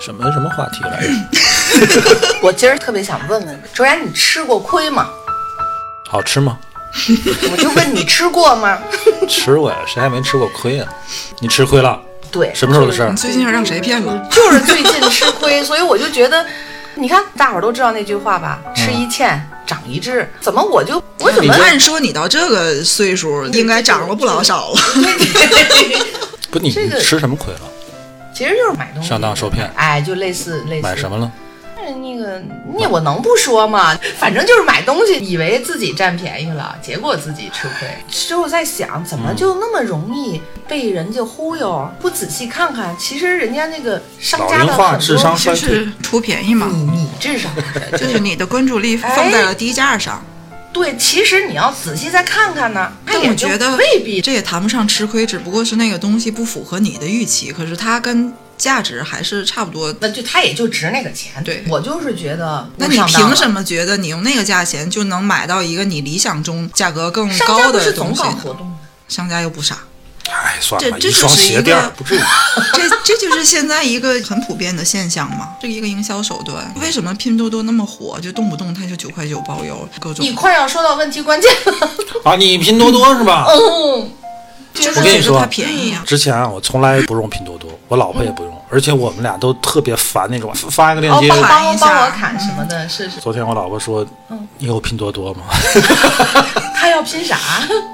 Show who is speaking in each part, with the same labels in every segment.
Speaker 1: 什么什么话 题啊来着？
Speaker 2: 我今儿特别想问问卓然，你吃过 亏吗？
Speaker 1: 好吃吗？
Speaker 2: 我就问你吃过吗？
Speaker 1: 吃过呀，谁还没吃过亏呀？你吃亏了？
Speaker 2: 对，
Speaker 1: 什么时候的事儿？
Speaker 3: 最近是让谁骗了？
Speaker 2: 就是最近吃亏，所以我就觉得，你看大伙儿都知道那句话吧，吃
Speaker 1: 嗯
Speaker 2: 一堑长一智，怎么我就我怎
Speaker 3: 你
Speaker 2: 么
Speaker 3: 按说你到这个岁数，应该长了不老少了。
Speaker 1: 不，你
Speaker 2: 这个
Speaker 1: 吃什么亏了？
Speaker 2: 其实就是买东西
Speaker 1: 上当受骗
Speaker 2: 哎，就类似类似
Speaker 1: 买什么了？
Speaker 2: 那个，那我能不说吗？反正就是买东西，以为自己占便宜了，结果自己吃亏。之后在想，怎么就那么容易被人家忽悠？不仔细看看，其实人家那个商
Speaker 1: 老
Speaker 2: 家
Speaker 1: 龄
Speaker 2: 的
Speaker 1: 化、
Speaker 2: 很
Speaker 1: 智
Speaker 2: 多，
Speaker 1: 商衰退。
Speaker 3: 图便宜嘛，
Speaker 2: 你你智商 是
Speaker 3: 就是你的关注力
Speaker 2: 哎
Speaker 3: 放在了低价上。
Speaker 2: 对，其实你要仔细再看看呢，他
Speaker 3: 但
Speaker 2: 也
Speaker 3: 我
Speaker 2: 就
Speaker 3: 觉得
Speaker 2: 未必
Speaker 3: 这也谈不上吃亏，只不过是那个东西不符合你的预期，可是它跟价值还是差不多。
Speaker 2: 那就他也就值那个钱。
Speaker 3: 对
Speaker 2: 我就是觉得
Speaker 3: 那
Speaker 2: 不
Speaker 3: 你
Speaker 2: 上当了，
Speaker 3: 凭什么觉得你用那个价钱就能买到一个你理想中价格更
Speaker 2: 商家
Speaker 3: 高
Speaker 2: 不
Speaker 3: 的
Speaker 2: 是总
Speaker 3: 东西
Speaker 2: 搞
Speaker 3: 呢？
Speaker 2: 活动吗？
Speaker 3: 商家又不傻，
Speaker 1: 哎，算了，
Speaker 3: 这这
Speaker 1: 一双
Speaker 3: 就是一
Speaker 1: 鞋垫儿
Speaker 3: 个
Speaker 1: 不至于。
Speaker 3: 这这就是现在一个很普遍的现象嘛，这一个营销手段。为什么拼多多那么火？就动不动它就九块九包邮，各种
Speaker 2: 你快要说到问题关键 了。
Speaker 1: 啊，你拼多多是
Speaker 3: 哦
Speaker 1: 吧？
Speaker 2: 嗯，
Speaker 3: 就是
Speaker 1: 我跟你
Speaker 3: 觉得
Speaker 1: 说
Speaker 3: 它便宜啊。
Speaker 1: 之前啊，我从来不用拼多多，我老婆也不用，而且我们俩都特别烦那种发发一个链
Speaker 2: 哦，
Speaker 1: 接。
Speaker 2: 帮
Speaker 3: 砍
Speaker 2: 帮
Speaker 3: 一下嗯
Speaker 2: 帮我砍什么的，是是。
Speaker 1: 昨天我老婆说：“你有拼多多吗？
Speaker 2: 他要拼啥？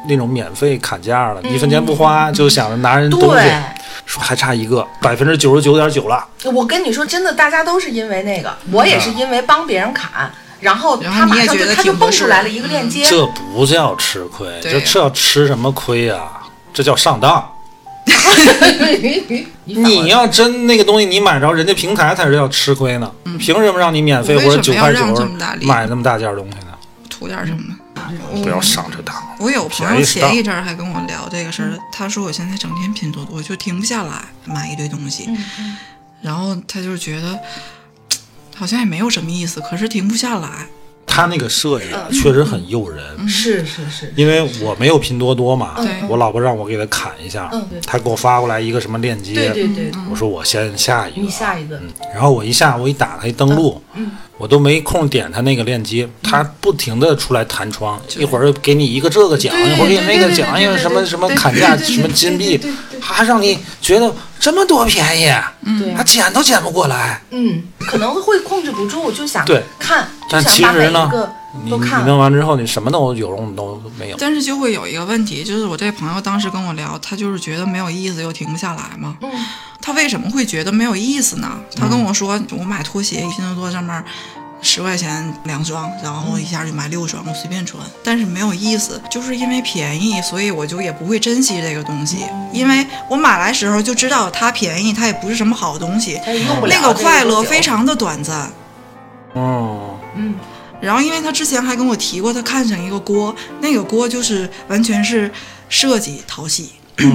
Speaker 1: 那种免费砍价
Speaker 3: 嗯
Speaker 1: 的，一分钱不花就想着拿人 东西，说还差一个，百分之九十九点九了。
Speaker 2: 我跟你说，真的，大家都是因为那个，我也是因为帮别人砍，然后
Speaker 3: 然后
Speaker 2: 他马
Speaker 3: 你也
Speaker 2: 上
Speaker 3: 觉
Speaker 2: 就
Speaker 3: 得
Speaker 2: 他就
Speaker 3: 挺
Speaker 2: 蹦
Speaker 3: 合适
Speaker 2: 出
Speaker 3: 的
Speaker 2: 来了一个链接，
Speaker 1: 这不叫吃亏，
Speaker 3: 对
Speaker 1: 这这要吃什么亏呀、这叫上当。你要真那个东西，你买着人家平台才是叫吃亏呢。凭什么让你免费
Speaker 3: 我
Speaker 1: 或
Speaker 3: 嗯为
Speaker 1: 者
Speaker 3: 什
Speaker 1: 九
Speaker 3: 么要
Speaker 1: 块九
Speaker 3: 让这么大力嗯
Speaker 1: 买那么大件东西呢？
Speaker 3: 图点什么？
Speaker 1: 不要上这当。
Speaker 3: 我有朋
Speaker 1: 便
Speaker 3: 友
Speaker 1: 宜是大嗯
Speaker 3: 前一阵儿还跟我聊这个事儿，他说我现在整天拼多多就停不下来，买一堆东
Speaker 1: 嗯
Speaker 3: 西，然后他就觉得嘖好像也没有什么意思，可是停不下来。
Speaker 1: 他那个设计
Speaker 2: 嗯
Speaker 1: 啊，确实很诱人。
Speaker 2: 是是是，
Speaker 1: 因为我没有拼多多嘛，
Speaker 3: 对
Speaker 1: 我老婆让我给她砍一下，
Speaker 2: 嗯对
Speaker 1: 她给我发过来一个什么链接，
Speaker 2: 对对对，
Speaker 1: 我说我先下一个，
Speaker 2: 你下嗯一个，
Speaker 1: 然后我一下我一打开登录，我都没空点它那个链接，
Speaker 2: 嗯
Speaker 1: 它不停的出来弹窗，一会儿给你一个这个奖，一会儿给你那个奖，一会儿什么什么砍价什么金币，还让你觉得这么多便宜，
Speaker 2: 对啊
Speaker 1: 还捡都捡不过来。
Speaker 2: 嗯，可能会控制不住，就想
Speaker 1: 对
Speaker 2: 看，就
Speaker 1: 但
Speaker 2: 想
Speaker 1: 其
Speaker 2: 把每
Speaker 1: 实
Speaker 2: 一
Speaker 1: 呢
Speaker 2: 个，
Speaker 1: 你
Speaker 2: 都
Speaker 1: 你
Speaker 2: 看
Speaker 1: 弄完之后，你什么都有用都没有。
Speaker 3: 但是就会有一个问题，就是我这朋友当时跟我聊，他就是觉得没有意思又停不下来嘛。
Speaker 2: 嗯
Speaker 3: 他为什么会觉得没有意思呢？他跟我说，我买拖鞋，拼多多上面十块钱两双，然后一下就买六双，我随便穿，但是没有意思，就是因为便宜，所以我就也不会珍惜这个东西，因为我买来时候就知道它便宜，它也不是什么好东西，
Speaker 2: 他也用不了
Speaker 3: 那个快乐
Speaker 2: 多久
Speaker 3: 非常的短暂。
Speaker 1: 嗯，
Speaker 2: 嗯，
Speaker 3: 然后，因为他之前还跟我提过，他看上一个锅，那个锅就是完全是设计淘系，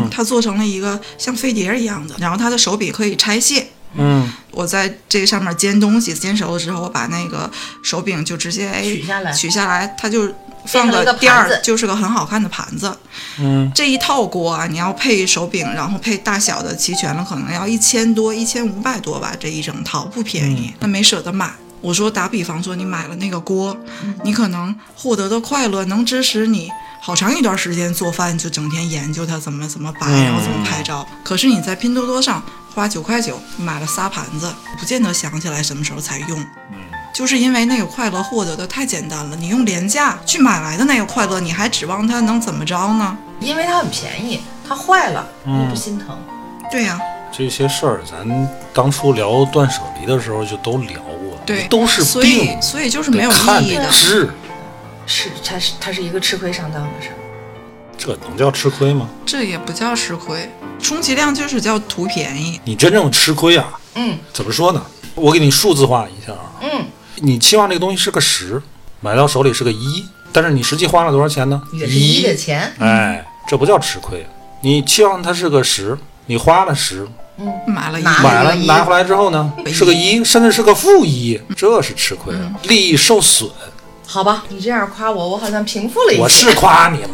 Speaker 3: 他做成了一个像飞碟一样的，然后它的手柄可以拆卸。
Speaker 1: 嗯，
Speaker 3: 我在这上面煎东西，煎熟了之后，我把那个手柄就直接哎
Speaker 2: 取下来
Speaker 3: 取下来，它就放
Speaker 2: 变成了一个
Speaker 3: 个
Speaker 2: 盘
Speaker 3: 垫儿
Speaker 2: 子，
Speaker 3: 就是个很好看的盘子。
Speaker 1: 嗯，
Speaker 3: 这一套锅啊，你要配手柄，然后配大小的齐全了，可能要一千多、一千五百多吧，这一整套不便宜，那没舍得买。我说打比方说，你买了那个锅，你可能获得的快乐能支持你好长一段时间做饭，就整天研究它怎么怎么摆，然后怎么拍照。可是你在拼多多上花九块九买了仨盘子，不见得想起来什么时候才用。就是因为那个快乐获得的太简单了，你用廉价去买来的那个快乐，你还指望它能怎么着呢？
Speaker 2: 因为它很便宜，它坏了
Speaker 1: 嗯
Speaker 2: 你不心疼，
Speaker 3: 对啊呀、
Speaker 1: 这些事儿咱当初聊断舍离的时候就都聊过，
Speaker 3: 对，
Speaker 1: 都是
Speaker 3: 所以
Speaker 1: 病，
Speaker 3: 所以就是
Speaker 1: 得
Speaker 3: 没有
Speaker 1: 看
Speaker 3: 意义
Speaker 1: 得
Speaker 3: 的。
Speaker 1: 治，
Speaker 2: 是它是它是一个吃亏上当的事儿。
Speaker 1: 这能叫吃亏吗？
Speaker 3: 这也不叫吃亏，充其量就是叫图便宜。
Speaker 1: 你真正吃亏啊，
Speaker 2: 嗯，
Speaker 1: 怎么说呢？我给你数字化一下啊，
Speaker 2: 嗯，
Speaker 1: 你期望这个东西是个十，买到手里是个一，但是你实际花了多少钱呢？
Speaker 2: 你的一的钱，
Speaker 1: 哎，这不叫吃亏。你期望它是个十，你花了十，
Speaker 3: 买了一
Speaker 2: 拿
Speaker 1: 买了
Speaker 2: 一
Speaker 1: 拿回来之后呢，是个一，甚至是个负一，这是吃亏了，利益受损。
Speaker 2: 好吧，你这样夸我，我好像平复了一些。
Speaker 1: 我是夸你吗？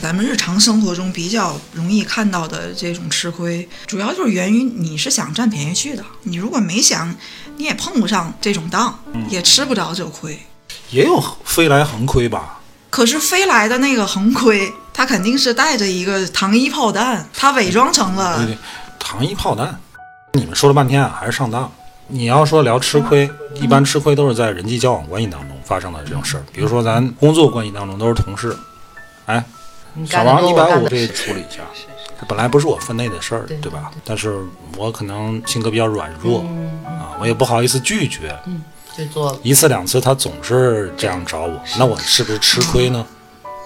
Speaker 3: 咱们日常生活中比较容易看到的这种吃亏，主要就是源于你是想占便宜去的。你如果没想，你也碰不上这种当，也吃不着这亏。
Speaker 1: 也有飞来横亏吧？
Speaker 3: 可是飞来的那个横亏，他肯定是带着一个糖衣炮弹，他伪装成
Speaker 1: 对
Speaker 3: 了
Speaker 1: 对，糖衣炮弹。你们说了半天啊，还是上当。你要说聊吃亏，一般吃亏都是在人际交往关系当中发生的这种事儿，比如说咱工作关系当中都是同事，哎，
Speaker 2: 你
Speaker 1: 小
Speaker 2: 干得
Speaker 1: 王
Speaker 2: 多
Speaker 1: 一
Speaker 2: 我
Speaker 1: 百
Speaker 2: 干
Speaker 1: 五
Speaker 2: 得
Speaker 1: 这
Speaker 2: 少
Speaker 1: 处理一下，这本来不是我分内的事儿，
Speaker 2: 对
Speaker 1: 对吧？但是我可能性格比较软弱啊，我也不好意思拒绝，
Speaker 2: 就做
Speaker 1: 一次两次他总是这样找我，那我是不是吃亏呢？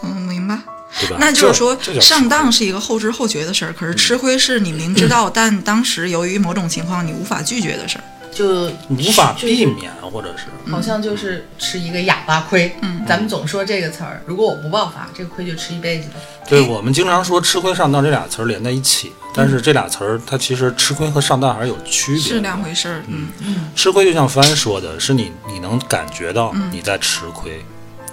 Speaker 3: 嗯，明白？
Speaker 1: 对吧？
Speaker 3: 那就是说
Speaker 1: 这这叫，吃
Speaker 3: 上
Speaker 1: 亏嗯
Speaker 3: 当是一个后知后觉的事儿，可是吃亏是你明知道，但当时由于某种情况你无法拒绝的事儿。
Speaker 2: 就
Speaker 1: 无法
Speaker 2: 就
Speaker 1: 避免，或者是
Speaker 2: 好像就是吃一个哑巴亏。嗯，咱们总说这个词儿，如果我不爆发，这个亏就吃一辈子。
Speaker 1: 对，
Speaker 3: 哎
Speaker 1: 我们经常说“吃亏上当”这俩词儿连在一起，但是这俩词儿它其实吃亏和上当还是有区别的。
Speaker 3: 是两回事儿，嗯，
Speaker 1: 吃亏就像帆说的，是你你能感觉到
Speaker 3: 嗯
Speaker 1: 你在吃亏；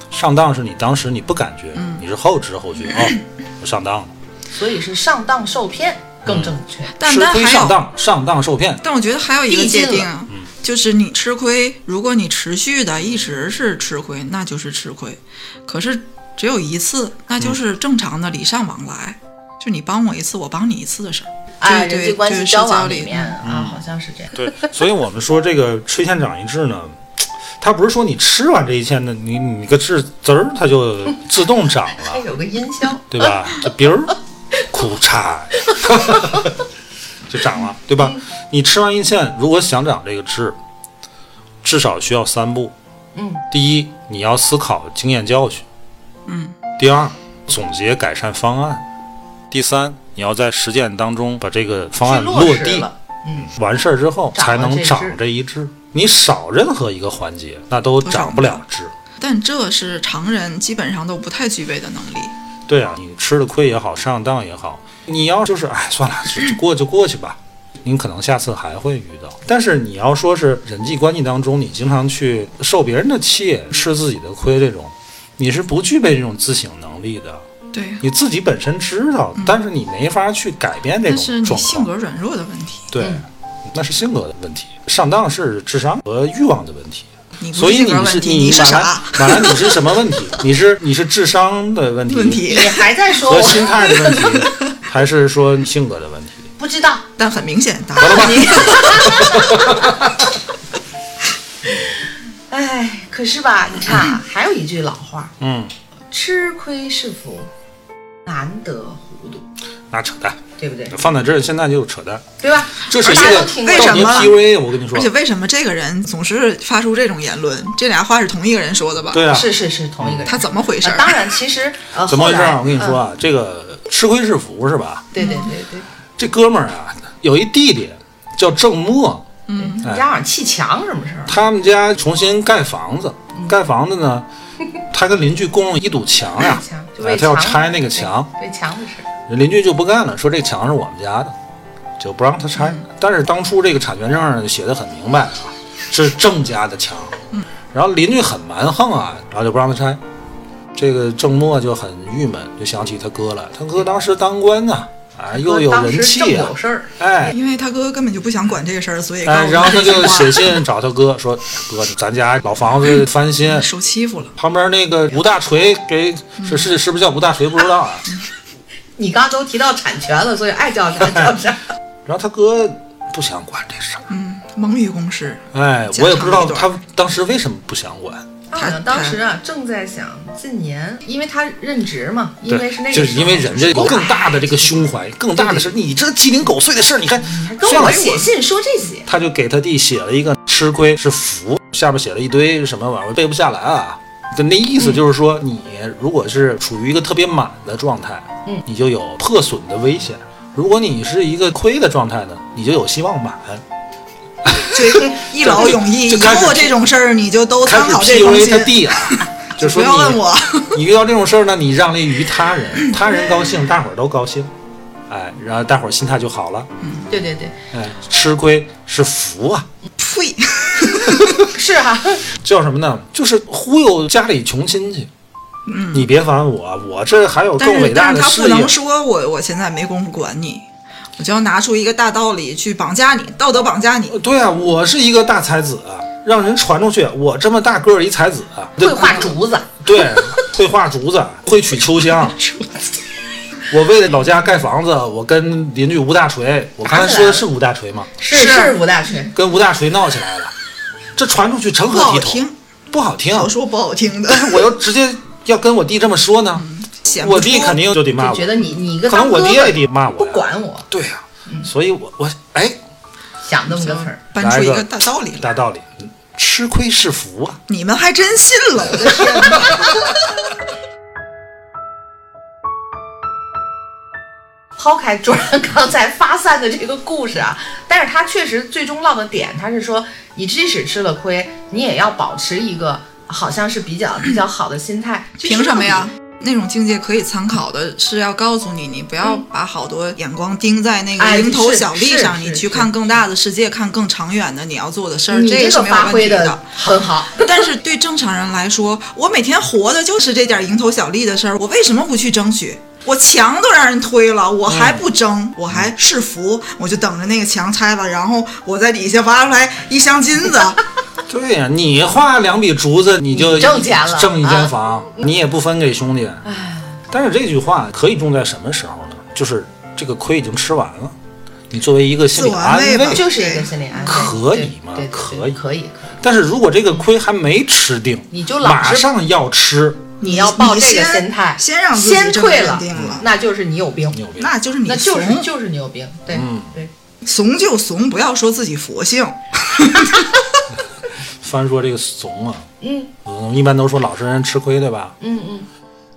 Speaker 1: 上当是你当时你不感觉，
Speaker 3: 嗯
Speaker 1: 你是后知后觉哦， 我上当了。
Speaker 2: 所以是上当受骗更正确。
Speaker 3: 但
Speaker 1: 吃
Speaker 3: 但还
Speaker 1: 亏
Speaker 3: 有
Speaker 1: 上当，嗯上当受骗。
Speaker 3: 但我觉得还有一个界
Speaker 2: 递
Speaker 3: 定
Speaker 2: 进
Speaker 3: 啊，就是你吃亏，如果你持续的一直是吃亏，那就是吃亏。可是只有一次，那
Speaker 1: 嗯
Speaker 3: 就是正常的礼尚往来，就你帮我一次，我帮你一次的事儿。
Speaker 2: 哎，
Speaker 3: 对
Speaker 2: 人际关系
Speaker 3: 对
Speaker 2: 交往
Speaker 3: 社交
Speaker 2: 里
Speaker 3: 里
Speaker 2: 面
Speaker 1: 嗯
Speaker 2: 啊，好像是这样。
Speaker 1: 对，所以我们说这个吃一堑长一智呢，它不是说你吃完这一堑呢，你你个智滋儿它就自动长了
Speaker 2: 哎，。有个音效，
Speaker 1: 对 吧？这鼻儿，苦差， 就长了，对
Speaker 2: 嗯
Speaker 1: 吧？你吃完一堑，如果想长这个痣，至少需要三步。
Speaker 2: 嗯，
Speaker 1: 第一，你要思考经验教训。嗯。第二，总结改善方案。第三，你要在实践当中把这个方
Speaker 2: 去
Speaker 1: 案
Speaker 2: 落实
Speaker 1: 地。
Speaker 2: 了。嗯，
Speaker 1: 完事儿之后才
Speaker 2: 长了
Speaker 1: 能
Speaker 2: 这
Speaker 1: 长
Speaker 2: 痣
Speaker 1: 这一痣，你少任何一个环节，那都
Speaker 3: 都长
Speaker 1: 长
Speaker 3: 不
Speaker 1: 不
Speaker 3: 了
Speaker 1: 了痣。
Speaker 3: 但这是常人基本上都不太具备的能力。
Speaker 1: 对啊，你吃了亏也好，上当也好，你要就是哎算了，就就过就过去吧。您可能下次还会遇到，但是你要说是人际关系当中，你经常去受别人的气、吃自己的亏这种，你是不具备这种自省能力的。
Speaker 3: 对，
Speaker 1: 你自己本身知道，但是你没法去改变这
Speaker 3: 嗯那是
Speaker 1: 种
Speaker 3: 你
Speaker 1: 状
Speaker 3: 性
Speaker 1: 况。
Speaker 3: 格嗯软弱的问题，
Speaker 1: 对，那是性格的问题。上当是智商和欲望的问题。
Speaker 3: 你不
Speaker 1: 所
Speaker 3: 是
Speaker 1: 以
Speaker 3: 性
Speaker 1: 你
Speaker 3: 格
Speaker 1: 是
Speaker 3: 问题，
Speaker 1: 你
Speaker 3: 是
Speaker 1: 马来
Speaker 3: 啥
Speaker 1: 马来你是什么问题？你是你是智商的问题，
Speaker 3: 问题？
Speaker 2: 你还在说
Speaker 1: 和
Speaker 2: 我
Speaker 1: 心态的问 题，还是说性格的问题？
Speaker 2: 不知道？
Speaker 3: 但很明显，答
Speaker 1: 得了
Speaker 3: 案
Speaker 1: 吧，
Speaker 2: 哎，可是吧，你看啊，还有一句老话，
Speaker 1: 嗯，
Speaker 2: 吃亏是福，难得糊涂，
Speaker 1: 那扯淡，
Speaker 2: 对不对？
Speaker 1: 放在这儿现在就是扯淡，
Speaker 2: 对吧？
Speaker 1: 这是一
Speaker 2: 大家
Speaker 1: 个
Speaker 2: 都听过
Speaker 3: 为什
Speaker 1: 少年
Speaker 3: 么
Speaker 1: PUA，我跟你说
Speaker 3: 而，且为什么这个人总是发出这种言论？这俩话是同一个人说的吧？
Speaker 1: 对啊，
Speaker 2: 是是是同一个人。
Speaker 3: 他怎么回事
Speaker 2: 呃
Speaker 3: 儿？
Speaker 2: 当然，其实 呃，
Speaker 1: 怎么回事
Speaker 2: 后
Speaker 1: 啊？
Speaker 2: 来
Speaker 1: 我跟你说，啊，这个吃亏是福是吧
Speaker 2: 嗯？对对对对，
Speaker 1: 这哥们儿啊，有一弟弟叫郑默，
Speaker 2: 他
Speaker 1: 哎
Speaker 2: 们家好像砌墙什么事儿？
Speaker 1: 他们家重新盖房子，
Speaker 2: 嗯
Speaker 1: 盖房子呢，他跟邻居共用一堵墙呀、
Speaker 2: 墙就
Speaker 1: 哎，
Speaker 2: 为
Speaker 1: 他要
Speaker 2: 墙
Speaker 1: 拆那个墙，
Speaker 2: 对墙的事儿。
Speaker 1: 邻居就不干了，说这墙是我们家的，就不让他拆。
Speaker 2: 嗯
Speaker 1: 但是当初这个产权证上写的很明白啊，是郑家的墙。
Speaker 2: 嗯
Speaker 1: 然后邻居很蛮横啊，然后就不让他拆。这个郑默就很郁闷，就想起他哥来。他哥当时当官呐、啊，又有
Speaker 2: 当
Speaker 1: 人
Speaker 2: 时正
Speaker 1: 气啊
Speaker 2: 有，事儿，
Speaker 1: 哎。
Speaker 3: 因为他哥哥根本就不想管这个事儿，所以告
Speaker 1: 哎，
Speaker 3: 诉
Speaker 1: 然后
Speaker 3: 这
Speaker 1: 他就
Speaker 3: 句话
Speaker 1: 写信找他哥说：“哥，咱家老房子翻新，
Speaker 2: 嗯
Speaker 3: 受欺负了。
Speaker 1: 旁边那个吴大锤给是是是不是叫吴大锤不知道啊？
Speaker 2: 你刚刚都提到产权了，所以爱叫 啥叫啥。
Speaker 1: 然后他哥不想管这事儿，
Speaker 3: 嗯，蒙于公事，
Speaker 1: 哎，
Speaker 3: 家
Speaker 1: 我也不知道
Speaker 3: 长一段
Speaker 1: 他当时为什么不想管，
Speaker 2: 他好像当时啊正在想近年，因为他任职嘛，因为是那个
Speaker 1: 就是因为人家有更大的这个
Speaker 2: 时
Speaker 1: 胸怀，更大的是你这鸡零狗碎的事儿，你看
Speaker 2: 候，
Speaker 1: 算
Speaker 2: 跟
Speaker 1: 了
Speaker 2: 我写信说这些，
Speaker 1: 他就给他弟写了一个吃亏是福，下面写了一堆什么玩意儿，我背不下来啊。就那意思就是说，你如果是处于一个特别满的状态，
Speaker 2: 嗯，
Speaker 1: 你就有破损的危险；如果你是一个亏的状态呢，你就有希望满。
Speaker 3: 就一劳永逸。
Speaker 1: 就
Speaker 3: 以
Speaker 1: 就开始
Speaker 3: 后这种事儿你就都
Speaker 1: 开
Speaker 3: 藏
Speaker 1: 始
Speaker 3: 好这封
Speaker 1: PUA 他
Speaker 3: 信，
Speaker 1: 弟 了，就说
Speaker 3: 不要问我。
Speaker 1: 你遇到这种事儿呢，你让利于他人，他人高兴，大伙儿都高兴，哎，然后大伙儿心态就好了，
Speaker 2: 对对对，
Speaker 1: 哎，吃亏是福啊，
Speaker 3: 呸！
Speaker 2: 是 哈、
Speaker 1: 叫什么呢？就是忽悠家里穷亲戚。嗯，你别烦我，我这还有
Speaker 3: 但
Speaker 1: 更
Speaker 3: 是
Speaker 1: 伟大
Speaker 3: 但是
Speaker 1: 的
Speaker 3: 他
Speaker 1: 事
Speaker 3: 不
Speaker 1: 业
Speaker 3: 能。说我我现在没工夫管你，我就要拿出一个大道理去绑架你，道德绑架你。
Speaker 1: 对啊，我是一个大才子，啊让人传出去，我这么大个儿一才子，对
Speaker 2: 会画竹子，
Speaker 1: 对，会画竹子， 会取秋香。我为了老家盖房子，我跟邻居吴大锤，我刚才说的是吴大锤吗？
Speaker 2: 是是吴大锤，
Speaker 1: 跟吴大锤闹起来了，这传出去成
Speaker 3: 不
Speaker 1: 何
Speaker 3: 好
Speaker 1: 体统？
Speaker 3: 听，
Speaker 1: 不好听，
Speaker 3: 我说不好听的，
Speaker 1: 我要直接要跟我弟这么说呢，
Speaker 2: 嗯
Speaker 3: 显不
Speaker 1: 我
Speaker 3: 出
Speaker 1: 弟肯定就得骂
Speaker 2: 就
Speaker 1: 我
Speaker 2: 觉，得你你一个
Speaker 1: 可能
Speaker 2: 当
Speaker 1: 我
Speaker 2: 哥
Speaker 1: 爹也
Speaker 2: 哥
Speaker 1: 得骂我，
Speaker 2: 不。管我，
Speaker 1: 对呀、
Speaker 2: 嗯
Speaker 1: 所以我我哎，
Speaker 2: 想这么个词儿，
Speaker 3: 搬出
Speaker 1: 来
Speaker 3: 一
Speaker 1: 个
Speaker 3: 个大道理来。
Speaker 1: 大道理，吃亏是福啊。
Speaker 3: 你们还真信了，我的天哪！
Speaker 2: 抛开卓然刚才发散的这个故事啊，但是他确实最终落的点，他是说你即使吃了亏，你也要保持一个好像是比较比较好的心态。就是
Speaker 3: 凭什么呀？那种境界可以参考的是要告诉你，你不要把好多眼光盯在那
Speaker 2: 嗯哎
Speaker 3: 个蝇头小利上，
Speaker 2: 是是
Speaker 3: 你
Speaker 2: 是
Speaker 3: 去看更大的世界，看更长远的你要做的事儿，
Speaker 2: 你
Speaker 3: 这
Speaker 2: 这
Speaker 3: 个是
Speaker 2: 个
Speaker 3: 没有
Speaker 2: 发
Speaker 3: 问题
Speaker 2: 挥 得很好，
Speaker 3: 但是对正常人来说，我每天活的就是这点蝇头小利的事儿，我为什么不去争取？我墙都让人推了，我
Speaker 1: 嗯
Speaker 3: 还不争，我还是服，我就等着那个墙拆了，然后我在底下挖出来一箱金 子。
Speaker 1: 对呀、你画两笔竹子，你就
Speaker 2: 嗯你挣钱了
Speaker 1: 挣一
Speaker 2: 啊
Speaker 1: 间房，你也不分给兄弟。但是这句话可以用在什么时候呢？就是这个亏已经吃完了，你作为一个心理
Speaker 3: 自我
Speaker 1: 安
Speaker 3: 安慰吧
Speaker 2: 就是一个心理安慰。
Speaker 1: 可以吗
Speaker 2: 对对对
Speaker 1: 可以
Speaker 2: 可以，可以
Speaker 1: 但是如果这个亏还没吃定，
Speaker 2: 你就老是
Speaker 1: 马上要吃，
Speaker 2: 你要抱这个心态，
Speaker 3: 先先让自己
Speaker 2: 先退了
Speaker 3: 这么认定了，
Speaker 2: 那就是你有病，
Speaker 1: 你有病。
Speaker 3: 那就是你
Speaker 2: 那
Speaker 3: 怂，
Speaker 2: 就是就是你有病。对对，
Speaker 3: 怂就怂，不要说自己佛性。
Speaker 1: 翻说这个怂啊，
Speaker 2: 嗯
Speaker 1: 我们一般都说老实人吃亏，对吧？
Speaker 2: 嗯嗯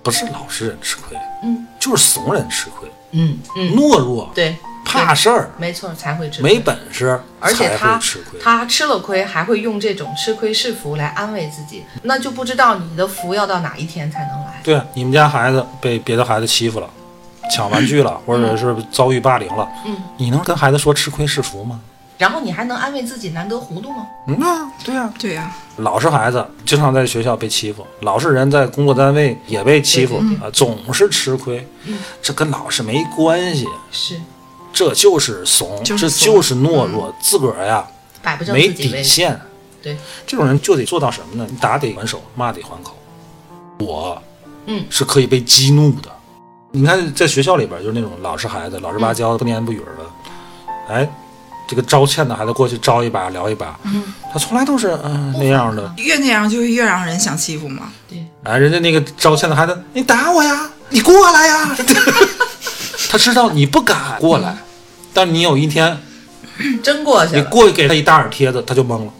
Speaker 1: 不是老实人吃亏，
Speaker 2: 嗯，
Speaker 1: 就是怂人吃亏，
Speaker 2: 嗯嗯，
Speaker 1: 懦弱，，
Speaker 2: 对，
Speaker 1: 怕事儿，
Speaker 2: 没错，才会吃亏
Speaker 1: 没本事，
Speaker 2: 而且
Speaker 1: 才
Speaker 2: 他
Speaker 1: 会吃亏。
Speaker 2: 他吃了亏，还会用这种吃亏是福来安慰自己，那就不知道你的福要到哪一天才能来。
Speaker 1: 对啊，你们家孩子被别的孩子欺负了，抢玩具了，或者是遭遇霸凌了，
Speaker 2: 嗯，
Speaker 1: 你能跟孩子说吃亏是福吗？
Speaker 2: 然后你还能安慰自己难得糊涂吗？
Speaker 1: 嗯啊，对啊，
Speaker 3: 对呀、
Speaker 1: 老实孩子经常在学校被欺负，老实人在工作单位也被欺负，
Speaker 2: 嗯
Speaker 1: 啊、总是吃亏，这跟老实没关系，啊
Speaker 2: 是
Speaker 1: 这就是怂，
Speaker 3: 就
Speaker 1: 这
Speaker 3: 是怂
Speaker 1: 就是懦弱，自个儿呀
Speaker 2: 摆嗯不正
Speaker 1: 没
Speaker 2: 自己位
Speaker 1: 底
Speaker 2: 置。
Speaker 1: 线。
Speaker 2: 对，
Speaker 1: 这种人就得做到什么呢？你打得还手，骂得还口。我，
Speaker 2: 嗯
Speaker 1: 是可以被激怒的。你看，在学校里边，就是那种老实孩子，老
Speaker 2: 嗯
Speaker 1: 实巴交，不言不语的。哎，这个招欠的孩子过去招一把聊一把，
Speaker 2: 嗯
Speaker 1: 他从来都是嗯、那样的。
Speaker 3: 越那样就越让人想欺负嘛。
Speaker 2: 对，
Speaker 1: 哎，人家那个招欠的孩子，你打我呀，你过来 呀。他知道你不敢过
Speaker 2: 嗯
Speaker 1: 来，但你有一天
Speaker 2: 真过去
Speaker 1: 你
Speaker 2: 了。
Speaker 1: 过去给他一大耳贴子，他就懵了，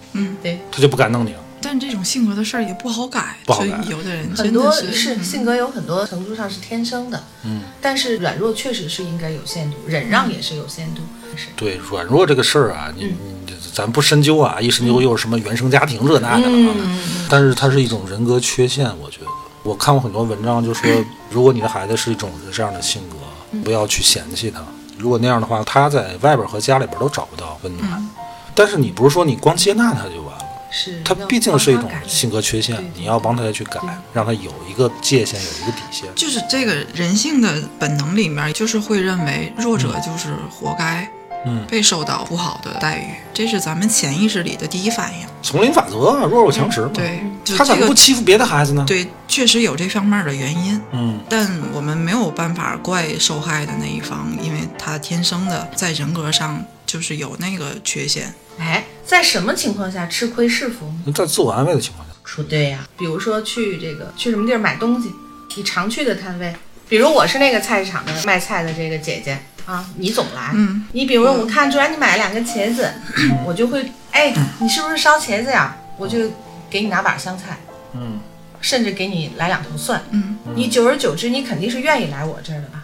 Speaker 2: 对，
Speaker 1: 他就不敢弄你了。
Speaker 3: 但这种性格的事儿也不好改，
Speaker 1: 不好
Speaker 3: 所以
Speaker 1: 改
Speaker 3: 有的人
Speaker 2: 很
Speaker 3: 真
Speaker 2: 多
Speaker 3: 的
Speaker 2: 是性格有很多程度上是天生的，
Speaker 1: 嗯，
Speaker 2: 但是软弱确实是应该有限度，忍让也是有限度。是，
Speaker 1: 对软弱这个事儿啊，你、
Speaker 2: 嗯
Speaker 1: 你咱不深究啊，一深究又是什么原生家庭这那的了
Speaker 2: 嗯
Speaker 1: 啊。但是它是一种人格缺陷，我觉得。我看过很多文章，就说
Speaker 2: 嗯
Speaker 1: 如果你的孩子是一种这样的性格，不要去嫌弃他。如果那样的话，他在外边和家里边都找不到温暖。
Speaker 2: 嗯
Speaker 1: 但是你不是说你光接纳他就完了，
Speaker 2: 是，
Speaker 1: 他毕竟是一种性
Speaker 2: 性
Speaker 1: 格缺陷
Speaker 2: 对，
Speaker 1: 你要帮他去改，让他有一个界限，有一个底线。
Speaker 3: 就是这个人性的本能里面，就是会认为弱者就是活该，
Speaker 1: 嗯
Speaker 3: 被受到不好的待遇，这是咱们潜意识里的第一反应。
Speaker 1: 丛林法则啊，弱肉强食嘛。
Speaker 3: 对，就
Speaker 1: 他
Speaker 3: 这
Speaker 1: 怎么
Speaker 3: 个
Speaker 1: 不欺负别的孩子呢？
Speaker 3: 对，确实有这方面的原因。
Speaker 1: 嗯，
Speaker 3: 但我们没有办法怪受害的那一方，因为他天生的在人格上就是有那个缺陷。
Speaker 2: 哎，在什么情况下吃亏是福呢？
Speaker 1: 在自我安慰的情况下，
Speaker 2: 说对呀、比如说去这个去什么地儿买东西，你常去的摊位，比如我是那个菜市场的卖菜的这个姐姐啊，你总来，
Speaker 3: 嗯，
Speaker 2: 你比如我看卓然你买了两个茄子，我就会，哎，你是不是烧茄子呀？我就给你拿把香菜，
Speaker 1: 嗯。
Speaker 2: 甚至给你来两头蒜，
Speaker 3: 嗯，
Speaker 2: 你久而久之，你肯定是愿意来我这儿的吧？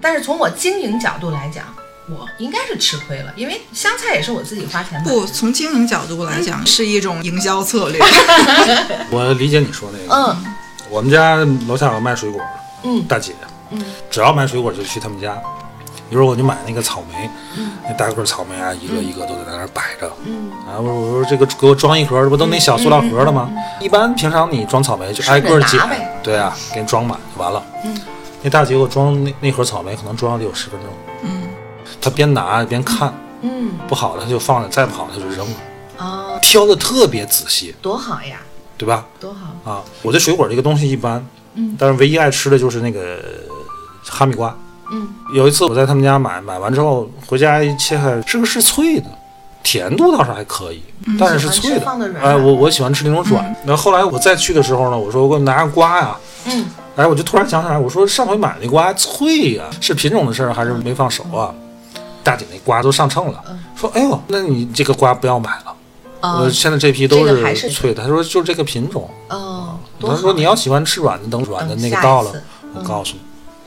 Speaker 2: 但是从我经营角度来讲，我应该是吃亏了，因为香菜也是我自己花钱买的。
Speaker 3: 不，从经营角度来
Speaker 2: 嗯
Speaker 3: 讲，是一种营销策 略。
Speaker 1: 我理解你说那个。
Speaker 2: 嗯
Speaker 1: 我们家楼下有卖水果的，
Speaker 2: 嗯
Speaker 1: 大姐，嗯，只要买水果就去他们家。有时候我就买那个草莓，那大个儿草莓啊，一个一个都在那儿摆着。
Speaker 2: 嗯，
Speaker 1: 啊，我说我说这个给我装一盒，这不都那小塑料盒的吗？一般平常你装草莓就挨个儿捡
Speaker 2: 顺着拿呗，
Speaker 1: 对啊，给你装满就完了。那大姐给我装那那盒草莓，可能装了得有十分钟。
Speaker 3: 嗯，
Speaker 1: 她边拿边看，
Speaker 2: 嗯
Speaker 1: 不好的她就放着，再不好她就扔了，
Speaker 2: 哦，
Speaker 1: 挑的特别仔细，
Speaker 2: 多好呀，
Speaker 1: 对吧？
Speaker 2: 多好。
Speaker 1: 啊，我对水果这个东西一般，嗯，但是唯一爱吃的就是那个哈密瓜。
Speaker 2: 嗯，
Speaker 1: 有一次我在他们家买，买完之后回家一切开，这个是脆的，甜度倒是还可以，但是是
Speaker 2: 嗯喜欢
Speaker 1: 脆
Speaker 2: 吃放的嗯
Speaker 1: 的。
Speaker 2: 软
Speaker 1: 哎，
Speaker 2: 软
Speaker 1: 我我喜欢吃那种软。然后后来我再去的时候呢，我说我给我拿个瓜呀、
Speaker 2: 嗯，
Speaker 1: 哎，我就突然想起来，我说上回买那瓜脆呀、是品种的事儿还是没放手啊？大姐那瓜都上秤了，
Speaker 2: 嗯
Speaker 1: 说哎呦，那你这个瓜不要买了，
Speaker 2: 哦
Speaker 1: 我呃现在这批都
Speaker 2: 这个还是
Speaker 1: 脆的。她说就这个品种。
Speaker 2: 哦，多
Speaker 1: 呃他
Speaker 2: 好。
Speaker 1: 说你要喜欢吃软的，等软的
Speaker 2: 等
Speaker 1: 那个
Speaker 2: 下一
Speaker 1: 到了
Speaker 2: 次，嗯
Speaker 1: 我告诉你，